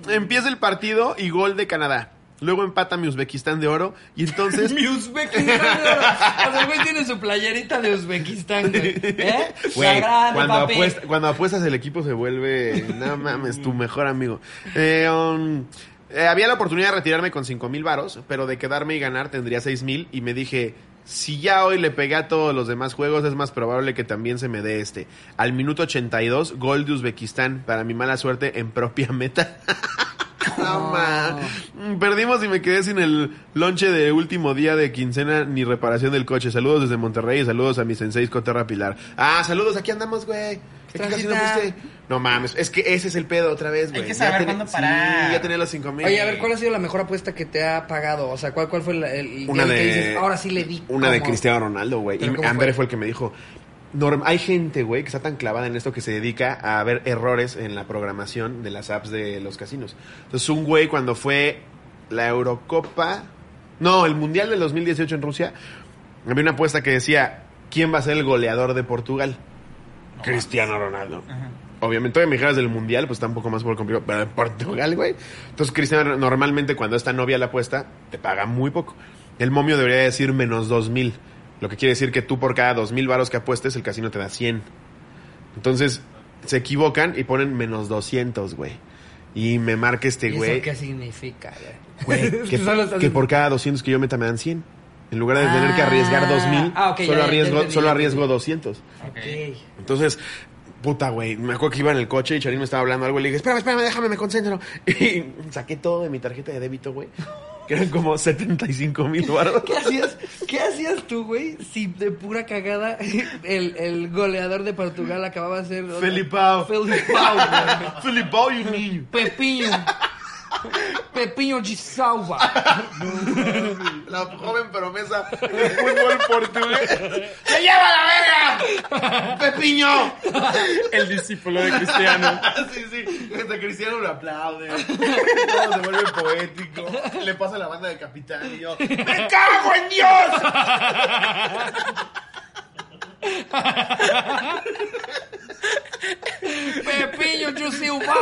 Empieza el partido y gol de Canadá. Luego empata mi Uzbekistán de oro y entonces...
Mi Uzbekistán. güey. O sea, el güey tiene su playerita de Uzbekistán, güey. ¿Eh?
Güey,
Sagrado,
cuando,
papi.
apuesta- cuando apuestas el equipo se vuelve, no mames, tu mejor amigo. Eh, um, eh, había la oportunidad de retirarme con 5 mil varos, pero de quedarme y ganar tendría 6 mil y me dije, si ya hoy le pegué a todos los demás juegos, es más probable que también se me dé este. Al minuto 82, gol de Uzbekistán, para mi mala suerte, en propia meta. No, ma. Mm, Perdimos y me quedé sin el lonche de último día de quincena ni reparación del coche. Saludos desde Monterrey y saludos a mis senseis Coterra Pilar. Ah, saludos, aquí andamos, güey. Aquí casi no
Transita.
fuiste. No mames, es que ese es el pedo otra vez, güey.
que saber
Ya tené-
cuándo parar.
Sí, ya tenía los cinco mil.
Oye, a ver, ¿cuál ha sido la mejor apuesta que te ha pagado? O sea, ¿cuál, cuál fue la- el, el
Una
que
de-
dices, ahora sí le di?
Una de
como-
Cristiano Ronaldo, güey. Y
¿Pero cómo
André
fue?
fue el que me dijo. "Norm- hay gente, güey, que está tan clavada en esto que se dedica a ver errores en la programación de las apps de los casinos. Entonces, un güey cuando fue la Eurocopa, no, el Mundial del 2018 en Rusia, había una apuesta que decía, ¿quién va a ser el goleador de Portugal? Cristiano Ronaldo. Obviamente, todavía me dijeras del mundial, pues tampoco más por complicado. Pero en Portugal, güey. Entonces, Cristiano, normalmente cuando esta novia la apuesta, te paga muy poco. El momio debería decir menos dos mil. Lo que quiere decir que tú por cada dos mil varos que apuestes, el casino te da 100. Entonces, se equivocan y ponen menos 200, güey. Y me marca
¿Y
este
eso
güey.
qué significa?
Güey,
Es
que,
solo estás
que
en-
por cada 200 que yo meta me dan 100. En lugar de tener que
Ah.
arriesgar 2000,
Ah, ok, ya,
solo,
ya, ya
arriesgo,
entendí,
solo
ya
arriesgo 200.
Ok.
Entonces, puta, güey. Me acuerdo que iba en el coche y Charín me estaba hablando algo. Y le dije, espérame, espérame, déjame, me concentro. Y saqué todo de mi tarjeta de débito, güey. Que eran como 75 mil baros.
¿Qué hacías, ¿Qué hacías tú, güey? Si de pura cagada el, el goleador de Portugal acababa de ser.
Felipao.
Felipao, güey.
Filipao y un niño.
Pepinho. Pepinho Gisauba.
La joven promesa del fútbol portugués. ¡Se lleva la verga! ¡Pepiño!
El discípulo de Cristiano.
sí, sí. Hasta Cristiano lo aplaude. Todo se vuelve poético. Le pasa la banda de capitán y yo. ¡Me cago en Dios!
Pepinho Gisauba.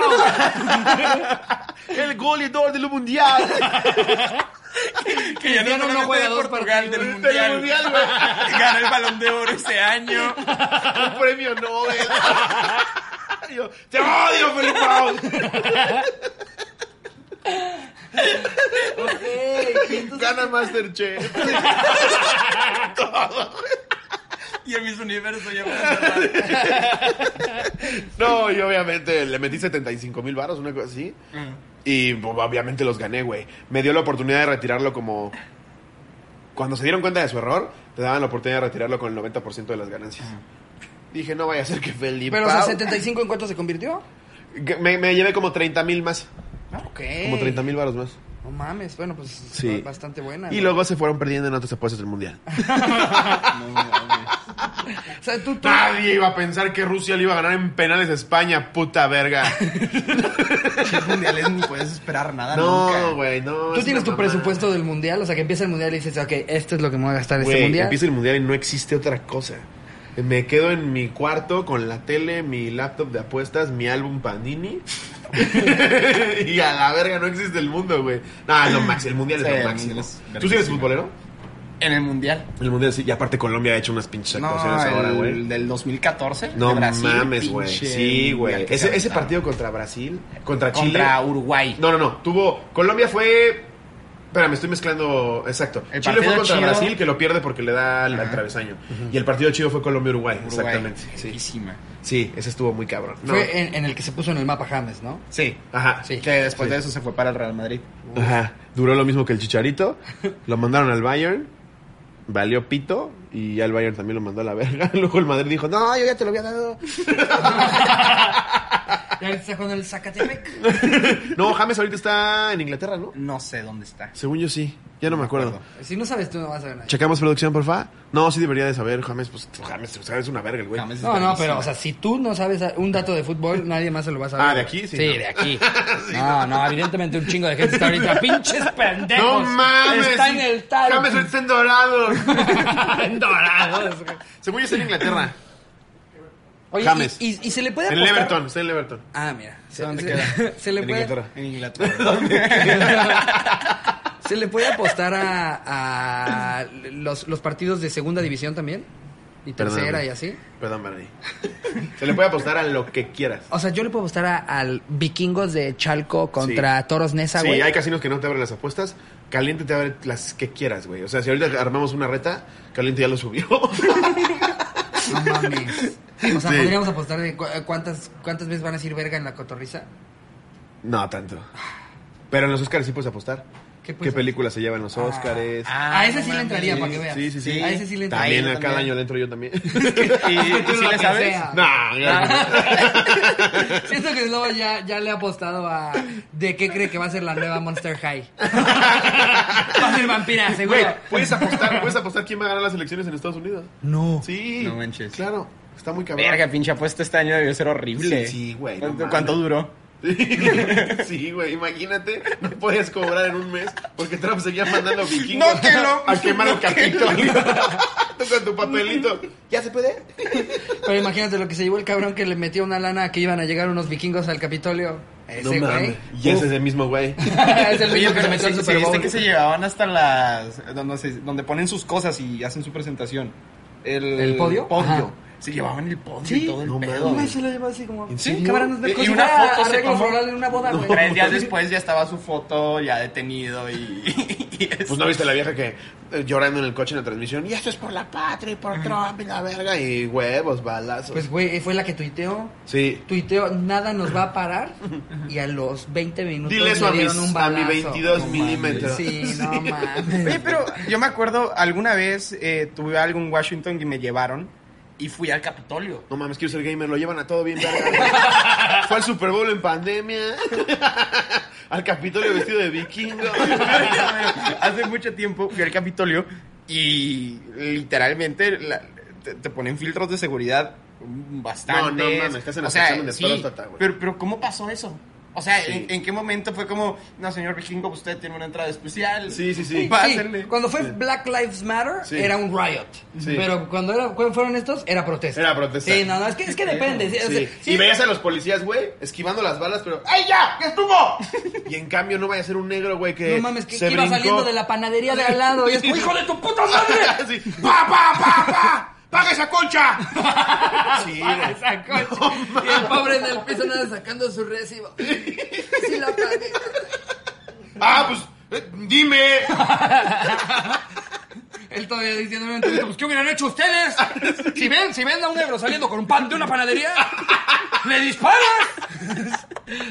El goleador del mundial.
Que ya
Cristiano
no,
no juega
juega de
dos
Portugal
partidos.
del
Del
mundial.
mundial, güey.
Ganó el balón de oro ese año.
Un premio Nobel. Yo, ¡Te odio, Felipao! Gana Masterchef.
Y en mis universo ya
No, y obviamente le metí 75 mil baros, una cosa así.
Mm.
Y pues, obviamente los gané, güey. Me dio la oportunidad de retirarlo como... Cuando se dieron cuenta de su error, te daban la oportunidad de retirarlo con el 90% de las ganancias. Dije, no vaya a ser que Felipe...
Pero, o sea, 75 en cuánto se convirtió.
me, me llevé como 30 mil más.
Ok.
Como 30 mil baros más.
No mames, bueno, pues
Sí.
bastante buena.
Y
güey.
luego se fueron perdiendo en otras apuestas del Mundial.
O sea, tú, tú-
Nadie iba a pensar que Rusia le iba a ganar en penales a España, puta verga.
mundiales ni puedes esperar nada
No, güey, no.
tú
es
tienes tu
una mamada.
presupuesto del mundial, o sea, que empieza el mundial y dices, ok, esto es lo que me voy a gastar este
Güey,
mundial.
Empieza el mundial y no existe otra cosa. Me quedo en mi cuarto con la tele, mi laptop de apuestas, mi álbum Pandini. y a la verga no existe el mundo, güey. No, es lo máximo. El mundial
Sí,
es
el
lo máximo.
mundial es
¿Tú sí eres
verguísima.
futbolero?
En el mundial.
El mundial sí. Y aparte Colombia ha hecho unas pinches
No,
actuaciones
el
ahora, güey.
del 2014.
No
de Brasil,
mames, güey.
pinche
Sí,
mundial
güey.
que
Ese, ese
se aventaron.
partido contra Brasil, contra Chile.
Contra Uruguay.
No, no, no. Tuvo. Colombia fue. Espera, me estoy mezclando. Exacto.
El
Chile fue
partido
contra
chido-
Brasil, que lo pierde porque le da al, al
Ajá.
travesaño. Y el partido chido fue Colombia-Uruguay.
Uruguay,
Exactamente. Sí.
riquísima.
sí, ese estuvo muy cabrón. No.
Fue en, en el que se puso en el mapa James, ¿no?
Sí.
Ajá.
Sí.
Que después
Sí.
de eso se fue para el Real Madrid.
Ajá. Duró lo mismo que el Chicharito. Lo mandaron al Bayern. Valió pito. Y ya el Bayern también lo mandó a la verga. Luego el Madrid dijo: No, yo ya te lo había dado.
Y ahorita está jugando el Zacatepec.
No, James ahorita está en Inglaterra, ¿no?
No sé dónde está.
Según yo sí. Ya no me acuerdo.
Si no sabes tú, no vas a ver nada.
Checamos producción, porfa. No, sí debería de saber, James. Pues James, James es una verga, el güey.
James es
No, no,
verguísima.
pero, o sea, si tú no sabes un dato de fútbol, nadie más se lo va a saber.
Ah, ¿de aquí? Sí,
Sí,
no.
de aquí. no, no, evidentemente un chingo de gente está ahorita. ¡Pinches
¡No
pendejos!
mames!
Está en el tal.
James ahorita está en dorado.
en dorados. güey.
Según yo está en Inglaterra.
Oye,
James.
Y, y- y se le puede
En el
apostar-
Everton, está en el Everton.
Ah, mira. Se,
¿Dónde
se-
queda?
se le
en
puede,
Inglaterra.
En Inglaterra.
¿Se le puede apostar a, a los, los partidos de segunda división también? Y tercera
Perdóname.
y así.
Perdón, Bernie. Se le puede apostar a lo que quieras.
O sea, yo le puedo apostar a- al vikingos de Chalco contra
Sí.
Toros Nesa,
Sí,
güey.
hay casinos que no te abren las apuestas. Caliente te abre las que quieras, güey. O sea, si ahorita armamos una reta, Caliente ya lo subió.
No mames. O sea,
Sí.
podríamos apostar de cu- cuántas, cuántas veces van a decir verga en la cotorriza.
no, tanto. Pero en los Oscars sí puedes apostar.
¿Qué
¿Qué,
puedes
películas se llevan los Oscars?
Ah,
a ese sí le entraría, Ah, para que veas.
sí, sí, sí.
A ese sí le entraría.
También
Ahí,
a
yo
cada
también.
año le entro yo también.
¿Y, y
Tú
si
lo
le sabes?
pensé.
no, ya.
Siento que Slobo ya, ya le ha apostado a de qué cree que va a ser la nueva Monster High. va a ser vampira, seguro.
Güey, pues- puedes apostar, puedes apostar quién va a ganar las elecciones en Estados Unidos.
No.
Sí.
No manches.
Claro, está muy cabrón.
Verga, pinche apuesta este año debió ser horrible.
Sí, sí, güey, no
¿Cuánto,
mames.
cuánto duró?
Sí, güey, imagínate, no podías cobrar en un mes porque Trump seguía mandando vikingos
No, que no.
a quemar el
No, que
Capitolio. Tú con tu papelito. ¿Ya se puede?
Pero imagínate lo que se llevó el cabrón que le metió una lana a que iban a llegar unos vikingos al Capitolio. Ese güey.
Y ese es el mismo güey.
es el
Oye,
mismo que
pero
le metió al
sí,
Super
sí, viste
Bowl.
que se llevaban hasta las... Donde, se- donde ponen sus cosas y hacen su presentación. ¿El,
¿El podio? Ajá.
Se llevaban el podio
Sí.
y todo el
No
pedo.
Un güey
mames.
se lo llevó así como.
¿En
Sí,
serio?
cabrones de
Y- y
cosas.
una
Ah,
foto se
Arreglos
tomó.
florales en una boda, güey.
Tres días después ya estaba su foto ya detenido y... y
Pues no viste la vieja que eh, llorando en el coche en la transmisión. Y esto es por la patria y por Trump y la verga. Y huevos, balazos.
Pues güey, fue la que tuiteó.
sí.
Tuiteó, nada nos va a parar. Y a los 20 minutos
Dile eso
le
a, mis,
dieron un
a
balazo.
mi 22
mames.
milímetros.
Sí, no
Oye,
mames.
pero yo me acuerdo alguna vez eh, tuve algo en Washington y me llevaron y fui al Capitolio.
No mames, quiero ser gamer, lo llevan a todo bien verga. güey. Fue al Super Bowl en pandemia. al Capitolio vestido de vikingo.
Hace mucho tiempo fui al Capitolio y literalmente la- te, te ponen filtros de seguridad mm, bastante.
No, no mames, estás en la sección de próstata, güey.
pero, pero ¿cómo pasó eso? O sea,
Sí.
¿en, en qué momento fue como, no, señor Vikingo, usted tiene una entrada especial?
Sí, sí, sí.
Pásenle.
cuando fue
Sí.
Black Lives Matter
Sí.
era un riot.
Sí.
Pero cuando, era- cuando fueron estos era protesta.
Era protesta.
Sí, no, no, es que, es que depende. sí, o sea,
Sí.
sí.
Y veías a los policías, güey, esquivando las balas, pero ¡ay, ya! ¡Que estuvo! y en cambio no vaya a ser un negro, güey, que
No mames, que
se
que iba
brincó.
saliendo de la panadería de al lado y es como, hijo de tu puta madre.
Sí. ¡Pa, pa, pa, pa! ¡Paga esa concha! sí,
Paga esa coche. y el pobre en el piso nada sacando su recibo. Sí la pagué.
¡Ah, pues! eh, ¡Dime!
Él todavía diciéndome en entrevista, pues ¿qué hubieran hecho ustedes? Si ven, si ven a un negro saliendo con un pan de una panadería, ¡le disparas!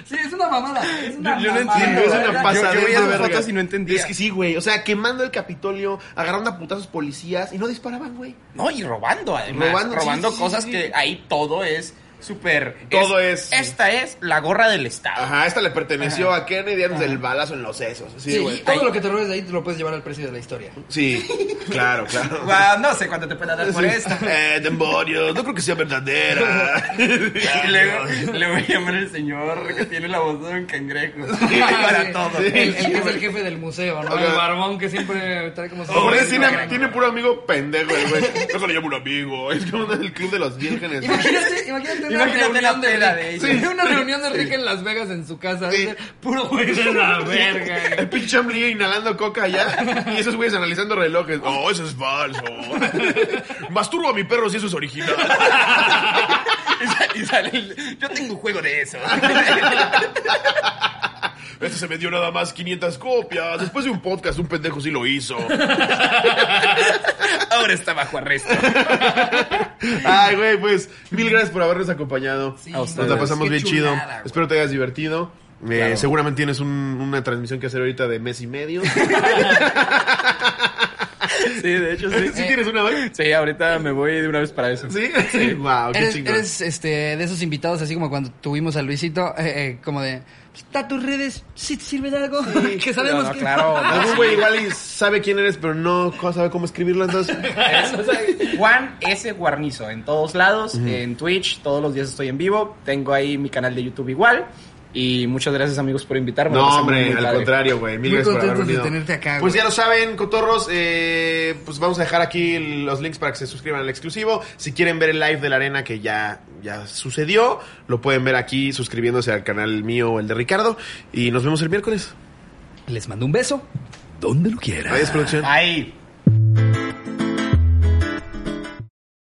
Sí, es una mamada. Es
Yo,
una
yo no
mamada,
entiendo.
es una
la verdad.
pasadena
Yo, yo veía
de
las
verga.
fotos y no entendía.
Es que sí, güey. O sea, quemando el Capitolio, agarrando a putazos policías y no disparaban, güey.
No, y robando además.
Robando,
Robando,
sí, sí, sí,
cosas
sí.
que ahí todo es súper...
Todo es-
Esta es la gorra del Estado.
Ajá, esta le perteneció a Kennedy antes del balazo en los sesos. Sí,
Sí,
güey.
todo lo que te robes de ahí te lo puedes llevar al precio de la historia.
Sí, claro, claro.
Guau, no sé cuánto te pueden dar por
Sí.
esta.
Eh, demonios, no creo que sea verdadera.
Y luego le voy a llamar al señor que tiene la voz de un cangrejo.
Sí,
Para todo.
El, el
Sí,
que es
güey.
el jefe del museo, ¿no?
Ajá.
El barbón que siempre trae como... su-
Hombre,
su
tiene,
gran-
tiene puro amigo pendejo, el güey. Eso le llamo un amigo. Es como del club de los vírgenes.
Imagínate, imagínate una
Imagínate la
reunión de,
peda
Rick.
de ellos.
Sí, una reunión de Rick en Las Vegas en su casa. Dice, Puro güey de la verga. güey.
El pinche hombre inhalando coca allá y esos güeyes analizando relojes. Oh, eso es falso. Masturbo a mi perro si eso es original.
Y sa- y sale el- yo tengo un juego de eso.
Este se vendió nada más 500 copias. Después de un podcast, un pendejo sí lo hizo.
Ahora está bajo arresto.
Ay, güey, pues mil gracias por habernos acompañado.
Sí,
Nos
no,
la pasamos
qué
bien chido.
chulada, güey.
Espero te hayas divertido. Eh, Seguramente tienes un- una transmisión que hacer ahorita de mes y medio. sí,
Sí, de hecho sí.
Eh,
tienes una, ¿verdad?
Sí, ahorita me voy de una vez para eso.
Sí, sí. Wow, qué
Eres,
chingón.
eres, este, de esos invitados, así como cuando tuvimos a Luisito, eh, eh, como de, está tus redes, si te sirve de algo, que sabemos
No, no,
que...
claro.
Algún güey igual y sabe quién eres, pero no sabe cómo escribirlo, entonces.
Juan S. Guarnizo en todos lados, en Twitch, todos los días estoy en vivo. Tengo ahí mi canal de YouTube igual. Y muchas gracias amigos por invitarme. La
No,
pasé muy,
hombre,
muy
al
padre.
contrario, güey. Mil
pues, Muy
gracias por haber
contentos de
venido.
tenerte acá,
Pues
güey.
ya lo saben, cotorros. eh, pues vamos a dejar aquí los links para que se suscriban al exclusivo. Si quieren ver el live de la arena que ya, ya sucedió, lo pueden ver aquí suscribiéndose al canal mío o el de Ricardo. Y nos vemos el miércoles.
Les mando un beso, donde lo quieran.
Adiós, producción.
Ahí.